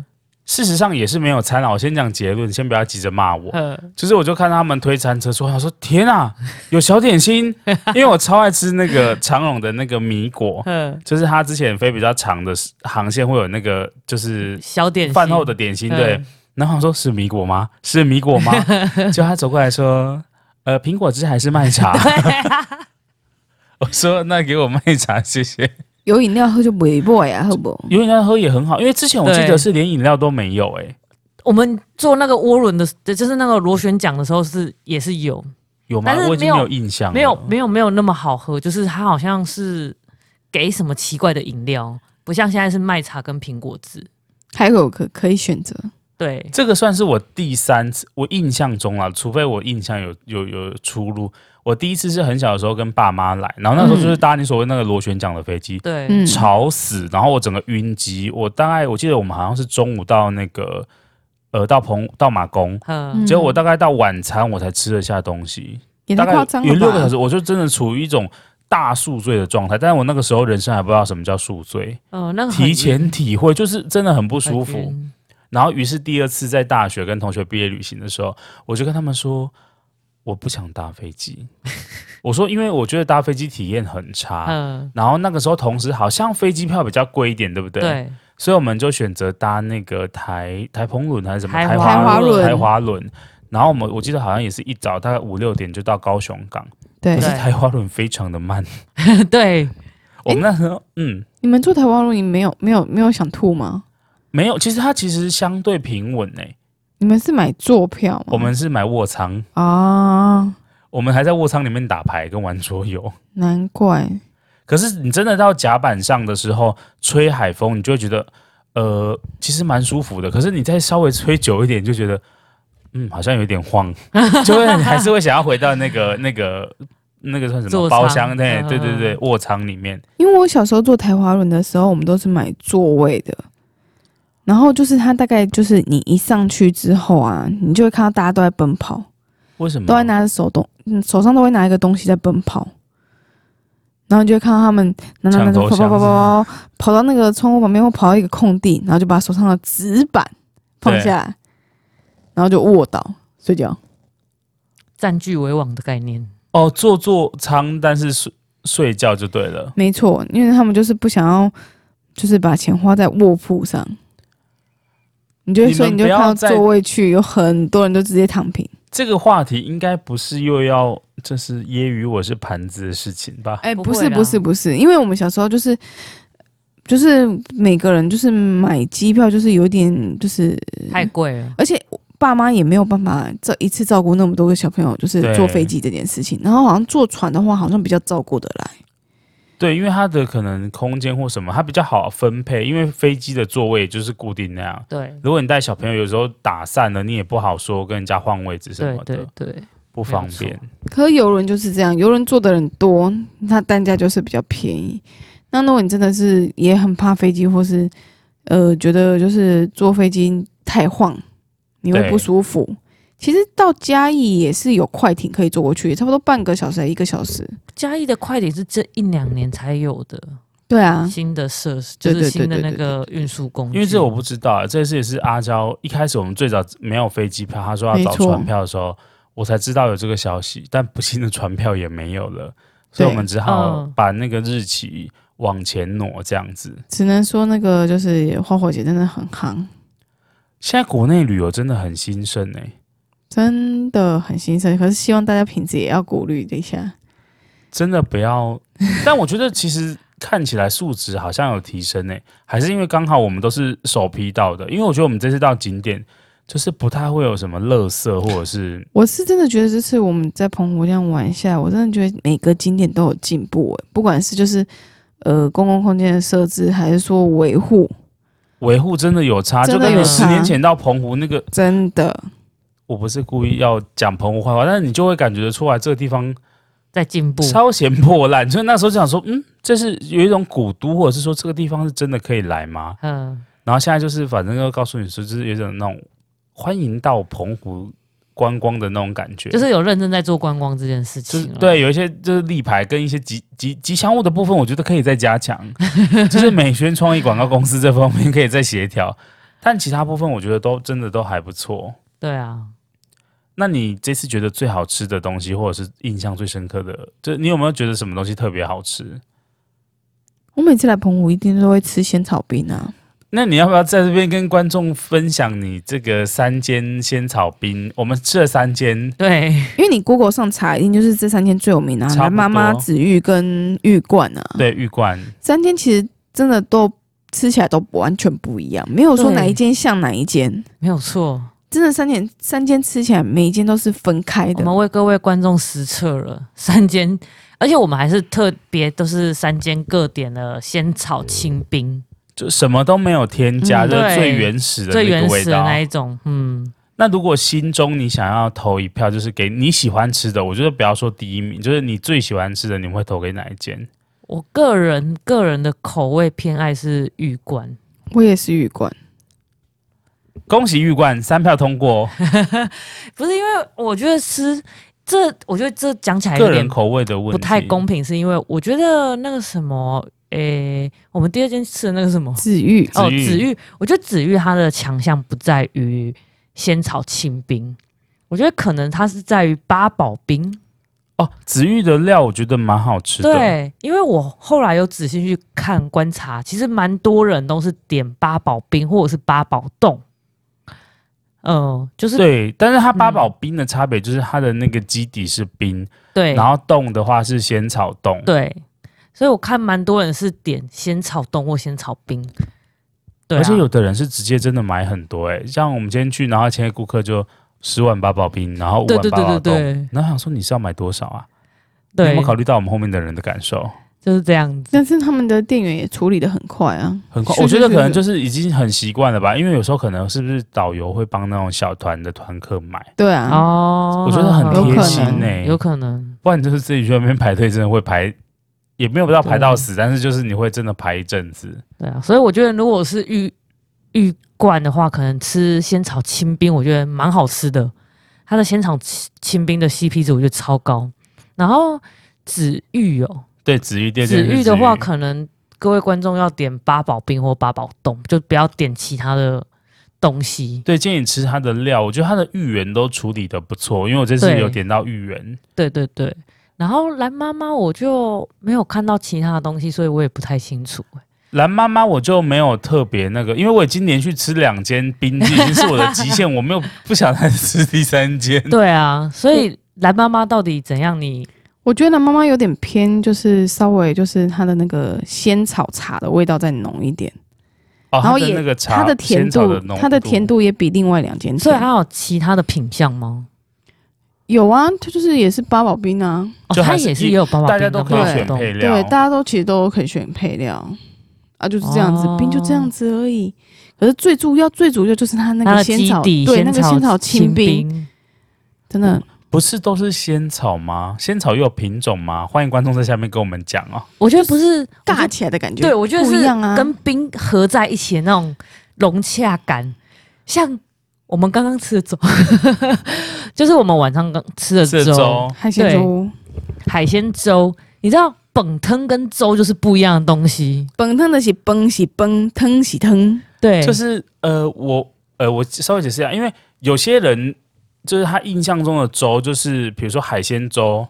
S2: 事实上也是没有餐啦。我先讲结论，先不要急着骂我。
S3: 呵，
S2: 就是我就看到他们推餐车出来，我说天啊，有小点心， 因为我超爱吃那个长荣的那个米果，
S3: 呵，
S2: 就是他之前飞比较长的航线会有那个就是
S3: 小点心
S2: 饭后的点心，对
S3: 嗯。
S2: 然后我说是米果吗？是米果 吗？就他走过来说，呃，苹果汁还是麦 茶？啊我说那给我麦茶，谢谢。
S1: 有饮料喝就不会呀，喝不？
S2: 有饮料喝也很好，因为之前我记得
S3: 对
S2: 是连饮料都没有、欸，
S3: 我们做那个涡轮的，就是那个螺旋桨的时候是也是有，
S2: 有吗？
S3: 但是
S2: 我已经
S3: 没有
S2: 没有印象了，
S3: 没有没有没有那么好喝，就是它好像是给什么奇怪的饮料，不像现在是麦茶跟苹果汁。
S1: 还有可可以选择，
S3: 对，
S2: 这个算是我第三次，我印象中啦，除非我印象有有有出入。我第一次是很小的时候跟爸妈来，然后那时候
S3: 嗯
S2: 就是搭你所谓那个螺旋桨的飞机，
S3: 对，
S1: 嗯，
S2: 吵死，然后我整个晕机。我大概我记得我们好像是中午到那个呃到澎到马公，
S3: 嗯，
S2: 结果我大概到晚餐我才吃得下东西，
S1: 也
S2: 大
S1: 太
S2: 概
S1: 夸张了
S2: 有
S1: 吧？
S2: 六个小时，我就真的处于一种大宿醉的状态。但是我那个时候人生还不知道什么叫宿醉，
S3: 呃，
S1: 嗯
S3: 那个很
S2: 提前体会就是真的很不舒服。
S3: 很晕
S2: 然后，于是第二次在大学跟同学毕业旅行的时候，我就跟他们说：“我不想搭飞机。我说，因为我觉得搭飞机体验很差。
S3: 嗯，
S2: 然后那个时候，同时好像飞机票比较贵一点，对不对？。啊
S3: 对，
S2: 所以我们就选择搭那个台台澎轮还是什么
S3: 台
S2: 台
S1: 华
S2: 华
S1: 轮
S2: 台华轮。然后我们我记得好像也是一早大概五六点就到高雄港，
S1: 对
S2: 可是
S3: 对
S2: 台华轮非常的慢。
S3: 对，
S2: 我们那时候嗯
S1: 你们坐台湾路，你没有没有没有想吐吗？
S2: 没有，其实它其实相对平稳诶、欸
S1: 你们是买坐票吗？
S2: 我们是买卧舱，
S1: 啊，
S2: 我们还在卧舱里面打牌跟玩桌游。
S1: 难怪
S2: 可是你真的到甲板上的时候，吹海风，你就会觉得，呃，其实蛮舒服的。可是你再稍微吹久一点，就觉得，嗯，好像有点晃， 就会还是会想要回到那个 那个那个算什么
S3: 座舱
S2: 包厢内？
S3: 嗯
S2: 对对对，卧舱里面。
S1: 因为我小时候坐台滑轮的时候，我们都是买座位的。然后就是它大概就是你一上去之后啊，你就会看到大家都在奔跑，
S2: 为什么？
S1: 都
S3: 啊
S1: 在拿着手东，嗯手上都会拿一个东西在奔跑。然后你就会看到他们拿拿拿
S2: 抢
S1: 跑
S2: 头
S1: 跑
S2: 香
S1: 跑跑跑跑到那个窗户旁边，或跑到一个空地，然后就把手上的纸板放下来，然后就卧倒睡觉。
S3: 占据为王的概念，
S2: 哦，坐坐舱，但是睡睡觉就对了。
S1: 没错，因为他们就是不想要，就是把钱花在卧铺上。你就
S2: 你们
S1: 所以你就
S2: 不
S1: 看
S2: 要
S1: 到
S2: 再
S1: 座位区有很多人都直接躺平。
S2: 这个话题应该不是又要就是揶揄我是盘子的事情吧？
S1: 哎、
S3: 不
S1: 不
S3: 会
S1: 是
S3: 啦
S1: 不是不是，因为我们小时候就是就是每个人就是买机票就是有点就是，
S3: 太贵了。
S1: 而且爸妈也没有办法这一次照顾那么多个小朋友，就是
S2: 对
S1: 坐飞机这件事情。然后好像坐船的话，好像比较照顾得来。
S2: 对，因为它的可能空间或什么，它比较好分配，因为飞机的座位就是固定那样。
S3: 对，
S2: 如果你带小朋友，有时候打散了，你也不好说跟人家换位置什
S3: 对
S2: 么的，
S3: 对对，
S2: 不方便。
S1: 可是游轮就是这样，游轮坐的人多，它单价就是比较便宜。那如果你真的是也很怕飞机，或是呃觉得就是坐飞机太晃，你会
S2: 对
S1: 不舒服。其实到嘉义也是有快艇可以坐过去，差不多半个小时还一个小时。
S3: 嘉义的快点是这一两年才有的
S1: 对啊，
S3: 新的设施，
S1: 对
S3: 就
S1: 对
S3: 是新的
S1: 对对
S3: 那
S1: 对
S3: 个运输工具。
S2: 因为这我不知道啊，这次也是阿娇一开始我们最早没有飞机票，她说要找
S1: 没错
S2: 船票的时候，我才知道有这个消息，但不幸的船票也没有了，所
S1: 对
S2: 以我们只好
S3: 嗯
S2: 把那个日期往前挪这样子。
S1: 只能说那个就是花火节真的很夯，
S2: 现在国内旅游真的很兴盛哎、
S1: 真的很兴盛。可是希望大家品质也要顾虑一下。
S2: 真的不要。但我觉得其实看起来数值好像有提升诶、还是因为刚好我们都是首批到的。因为我觉得我们这次到景点，就是不太会有什么垃圾或者是
S1: 我是真的觉得这次我们在澎湖这样玩下来，我真的觉得每个景点都有进步、欸，不管是就是呃公共空间的设置，还是说维护，
S2: 维护真的有差，就
S1: 真的
S2: 跟
S1: 有
S2: 你十
S1: 差
S2: 年前到澎湖那个，
S1: 真的
S2: 我不是故意要讲澎湖坏话，但是你就会感觉得出来这个地方
S3: 在进步，
S2: 稍嫌破烂，所以那时候就想说，嗯，这是有一种古都，或者是说这个地方是真的可以来吗？
S3: 嗯，
S2: 然后现在就是反正要告诉你说，就是有一种那种欢迎到澎湖观光的那种感觉，
S3: 就是有认真在做观光这件事
S2: 就是
S3: 情啊了。
S2: 对，有一些就是立牌跟一些吉吉吉祥物的部分，我觉得可以再加强， 就是美宣创意广告公司这方面可以再协调，但其他部分我觉得都真的都还不错。
S3: 对啊，
S2: 那你这次觉得最好吃的东西，或者是印象最深刻的，就你有没有觉得什么东西特别好吃？
S1: 我每次来澎湖一定都会吃仙草冰啊，
S2: 那你要不要在这边跟观众分享你这个三间仙草冰？我们吃了三间，
S3: 对，
S1: 因为你 Google 上查，一定就是这三间最有名啊，
S2: 差不多
S1: 蓝妈妈、紫玉跟玉冠啊，
S2: 对，玉冠，
S1: 三间其实真的都吃起来都完全不一样，没有说
S3: 对
S1: 哪一间像哪一间，
S3: 没有错。
S1: 真的三间三间吃起来每一间都是分开
S3: 我
S1: 的，
S3: 们为各位观众实测了三间，而且我们还是特别都是三间各点的仙草
S2: 嗯
S3: 清冰，
S2: 就什么都没有添加，
S1: 嗯
S2: 就是最
S3: 对
S2: 原始的
S3: 最
S2: 那
S3: 原
S2: 个味
S3: 始的
S2: 道。
S3: 那一种。嗯，
S2: 那如果心中你想要投一票，就是给你喜欢吃的，我觉得不要说第一名，就是你最喜欢吃的，你会投给哪一间？
S3: 我个人个人的口味偏爱是玉冠，
S1: 我也是玉冠，
S2: 恭喜玉冠三票通 过，
S3: 不是因为我觉得吃这，我觉得这讲起来有
S2: 个
S3: 点
S2: 人口味的问
S3: 不
S2: 题
S3: 太公平，是因为我觉得那个什么，诶、我们第二间吃的那个什么，
S1: 紫玉
S3: 哦，
S2: 紫玉
S3: 紫玉，我觉得紫玉它的强项不在于仙草清冰，我觉得可能它是在于八宝冰，
S2: 哦，紫玉的料我觉得蛮好吃的，，
S3: 对，因为我后来有仔细去看观察，其实蛮多人都是点八宝冰或者是八宝冻，嗯、就是对
S2: 对，但是它八
S3: 嗯
S2: 宝冰的差别就是它的那个基底是冰，
S3: 对
S2: 然后冻的话是仙草冻。
S3: 所以我看蛮多人是点仙草冻或仙草冰，对、啊，
S2: 而且有的人是直接真的买很多、欸，像我们今天去，然后前一顾客就十碗八宝冰，然后五
S3: 对
S2: 碗
S3: 对
S2: 八宝
S3: 对对
S2: 冻，
S3: 对
S2: 然后想说你是要买多少啊？你有没
S3: 对
S2: 有，考虑到我们后面的人的感受？
S3: 就是这样子，
S1: 但是他们的店员也处理的很快啊。
S2: 很快，
S1: 是
S2: 我觉得
S1: 是
S2: 可能
S1: 是
S2: 就是已经很习惯了吧，因为有时候可能是不是导游会帮那种小团的团客买，
S1: 对啊，
S3: 哦，
S2: 我觉得很
S1: 有
S2: 贴
S1: 可
S2: 心欸
S1: 能
S2: 呢、
S3: 有可能，
S2: 不然就是自己去那边排队，真的会排，也没有到排到
S3: 对
S2: 死，但是就是你会真的排一阵子。
S3: 对啊，所以我觉得如果是玉玉冠的话，可能吃仙草清冰，我觉得蛮好吃的。它的仙草清清冰的 CP 值我觉得超高。然后紫玉哦，
S2: 对，紫玉店
S3: 紫玉的话，可能各位观众要点八宝冰或八宝冻，就不要点其他的东西。
S2: 对建议吃它的料，我觉得它的芋圆都处理的不错，因为我这次
S3: 对
S2: 有点到芋圆。
S3: 对对对。然后蓝妈妈我就没有看到其他的东西，所以我也不太清楚、
S2: 蓝妈妈我就没有特别那个，因为我已经连续吃两间冰记，已经是我的极限，我没有不想再吃第三间。
S3: 对啊，所以蓝妈妈到底怎样你？
S1: 我觉得蓝妈妈有点偏，就是稍微就是它的那个仙草茶的味道再浓一点，
S2: 哦，
S1: 然后
S2: 它的
S1: 也
S2: 那
S1: 它
S2: 个茶，
S1: 的甜
S2: 仙草
S1: 度
S2: 的，浓
S1: 它的甜度也比另外两间
S3: 所以
S1: 甜
S3: 还。有其他的品相吗？
S1: 有啊，它就是也是八宝冰啊，
S3: 哦，
S2: 就
S3: 它
S2: 还是
S3: 也是
S2: 一
S3: 也有八宝
S2: 大
S3: 冰
S2: 家
S3: 跟
S2: 都
S3: 八
S2: 可以
S3: 宝
S2: 选
S3: 冻
S2: 配料。
S1: 对，大家都其实都可以选配料啊，就是这样子，
S3: 哦
S1: 冰就这样子而已。可是最主要最主要就是它那
S3: 它
S1: 个
S3: 的
S1: 仙
S3: 基
S1: 草，
S3: 底
S1: 对那个仙
S3: 草
S1: 草清冰，
S3: 冰，
S1: 真的
S2: 不是都是仙草吗？仙草又有品种吗？欢迎观众在下面跟我们讲哦。
S3: 我觉得不是
S1: 尬起来的感觉，
S3: 对，我觉得
S1: 不
S3: 是
S1: 一样啊。
S3: 跟冰合在一起的那种融洽感，像我们刚刚吃的粥， 就是我们晚上刚吃的
S2: 这
S3: 粥，
S2: 周
S1: 海鲜粥，
S3: 海鲜粥，你知道本汤跟粥就是不一样的东西，
S1: 崩汤的是崩是崩，汤是汤，
S3: 对，
S2: 就是呃，我呃，我稍微解释一下，因为有些人就是他印象中的粥，就是比如说海鲜粥，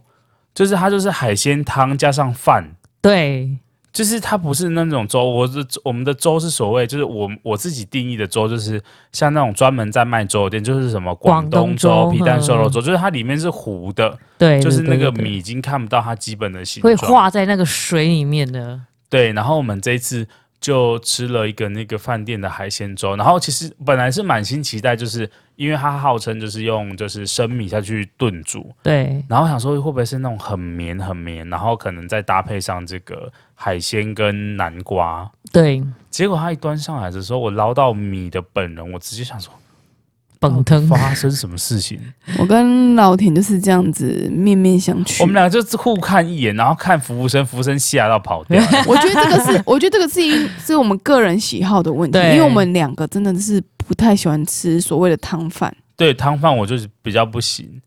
S2: 就是它就是海鲜汤加上饭，
S3: 对
S2: 就是它不是那种粥。我的我们的粥是所谓就是我我自己定义的粥，就是像那种专门在卖粥的店，就是什么广
S3: 广东
S2: 东粥、
S3: 粥
S2: 皮蛋瘦肉
S3: 嗯
S2: 粥，就是它里面是糊的，
S3: 对，
S2: 就是那
S3: 对
S2: 个
S3: 对对
S2: 米已经看不到它基本的形
S3: 会
S2: 状，
S3: 化在那个水里面的，
S2: 对，然后我们这一次就吃了一个那个饭店的海鲜粥，然后其实本来是满心期待，就是因为它号称就是用就是生米下去炖煮，
S3: 对
S2: 然后想说会不会是那种很绵很绵，然后可能再搭配上这个海鲜跟南瓜，
S3: 对，
S2: 结果它一端上来的时候，我捞到米的本人，我直接想说
S3: 本汤
S2: 发生什么事情？
S1: 我跟老田就是这样子面面相觑。
S2: 我们俩就互看一眼，然后看服务生，服务生吓到跑掉了。
S1: 我觉得这个是， 我觉得这个是一是我们个人喜好的问题，因
S3: 对
S1: 为我们两个真的是不太喜欢吃所谓的汤饭。
S2: 对汤饭我就是比较不行。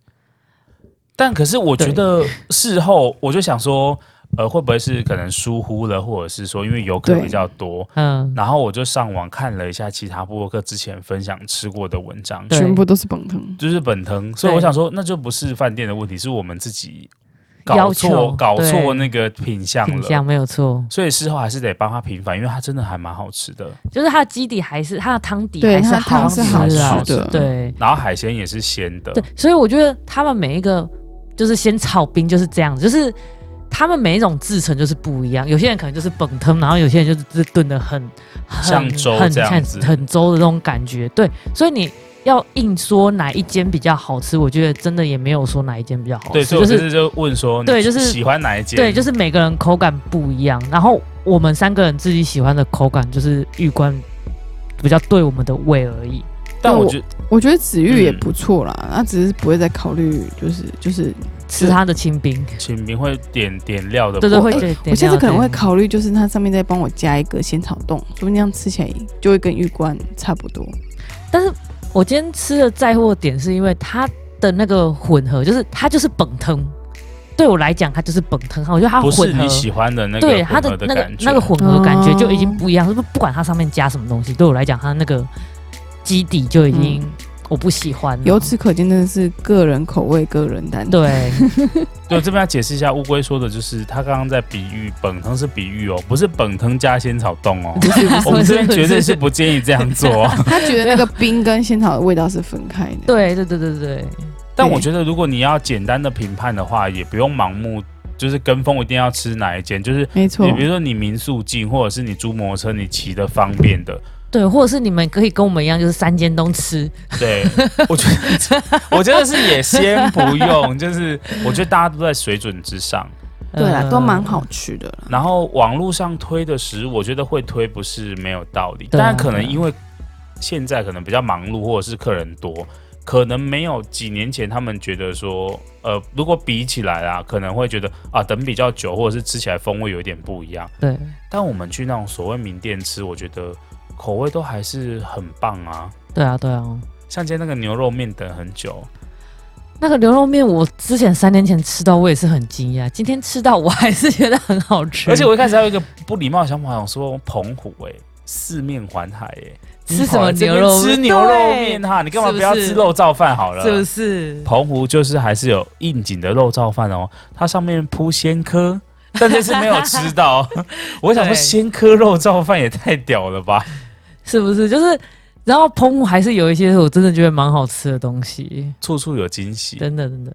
S2: 但可是我觉
S3: 对
S2: 得事后我就想说，呃，会不会是可能疏忽了，或者是说因为游客
S1: 对
S2: 比较多，
S3: 嗯，
S2: 然后我就上网看了一下其他布洛克之前分享吃过的文章，
S3: 对
S1: 全部都是本汤，
S2: 就是本藤，所以我
S3: 对
S2: 想说，那就不是饭店的问题，是我们自己搞
S3: 要求
S2: 错搞
S3: 对
S2: 错那个品相
S3: 品
S2: 了
S3: 相。没有错，
S2: 所以事后还是得帮他平反，因为他真的还蛮好吃的。
S3: 就是它的基底还是它的汤底
S1: 对，
S3: 还
S1: 它的
S3: 好
S1: 汤
S3: 吃
S1: 是
S3: 啊，
S1: 好吃
S2: 好吃
S1: 的，
S3: 对。
S2: 然后海鲜也是鲜的
S3: 对，，所以我觉得他们每一个就是先炒冰就是这样，就是他们每一种制成就是不一样。有些人可能就是本汤，然后有些人就是就是炖的很很
S2: 像粥
S3: 很
S2: 这样
S3: 很
S2: 子
S3: 很粥的那种感觉。对，所以你要硬说哪一间比较好吃，我觉得真的也没有说哪一间比较好
S2: 对，
S3: 吃，
S2: 所以我
S3: 就
S2: 这次
S3: 是
S2: 就问说，你
S3: 对就是
S2: 喜欢哪一间？
S3: 对，就是每个人口感不一样。然后我们三个人自己喜欢的口感就是玉冠比较对我们的胃而已。
S2: 但
S1: 那
S2: 我
S1: 我
S2: 觉得
S1: 我觉得紫玉也
S2: 嗯
S1: 不错啦，那、只是不会再考虑，就是就是，
S3: 吃它的清冰，
S2: 秦明会点点料的部
S3: 对
S2: 分，
S3: 对会
S1: 哎
S3: 点。
S1: 我下次可能会
S3: 点料
S1: 考虑，就是它上面再帮我加一个仙草冻，说不定这样吃起来就会跟玉冠差不多。
S3: 但是我今天吃的在乎的点是因为它的那个混合，就是它就是本藤，对我来讲它就是本藤，我觉得它
S2: 不是
S3: 啊混合
S2: 你。喜欢的那个
S3: 对它
S2: 混合的
S3: 的那个
S2: 感觉
S3: 那个混合感觉
S1: 哦
S2: 嗯
S1: 嗯
S3: 就已经不一样，就是不管它上面加什么东西，对我来讲，它那个基底就已经我不喜欢啊、
S1: 由此可见，真的是个人口味、个人担当。
S3: 对，
S2: 对，这边要解释一下，乌龟说的就是他刚刚在比喻本藤是比喻哦，不是本藤加仙草冻 哦。我们这边绝对是不建议这样做哦、
S1: 他觉得那个冰跟仙草的味道是分开的。
S3: 对对对对对，
S2: 但我觉得如果你要简单的评判的话，也不用盲目，就是跟风一定要吃哪一间，就是
S1: 没错
S2: 你，比如说你民宿近，或者是你租摩托车你骑的方便的，
S3: 对，或者是你们可以跟我们一样，就是三间都吃。
S2: 对我觉得我觉得是也先不用，就是我觉得大家都在水准之上。
S1: 对啦，
S3: 呃
S1: 都蛮好吃的啦。
S2: 然后网络上推的食物，我觉得会推不是没有道理，
S3: 对啊
S2: 但可能因为现在可能比较忙碌，或者是客人多，可能没有几年前他们觉得说，呃，如果比起来啦，可能会觉得啊等比较久，或者是吃起来风味有一点不一样。
S3: 对，
S2: 但我们去那种所谓名店吃，我觉得口味都还是很棒啊。
S3: 对啊，对啊。
S2: 像今天那个牛肉面等很久，
S3: 那个牛肉面，我之前三年前吃到，我也是很惊讶。今天吃到，我还是觉得很好吃。
S2: 而且我一开始还有一个欸不礼貌的想法，想说澎湖哎、四面环海哎、
S3: 吃什么牛肉面
S2: 吃牛肉面哈，你干嘛不要吃肉燥饭好了？
S3: 是不是？
S2: 澎湖就是还是有应景的肉燥饭哦，它上面铺鲜科，但这次没有吃到。 我想说
S3: 对
S2: 鲜科肉燥饭也太屌了吧！
S3: 是不是？就是，然后澎湖还是有一些我真的觉得蛮好吃的东西，
S2: 处处有惊喜。
S3: 真的真的。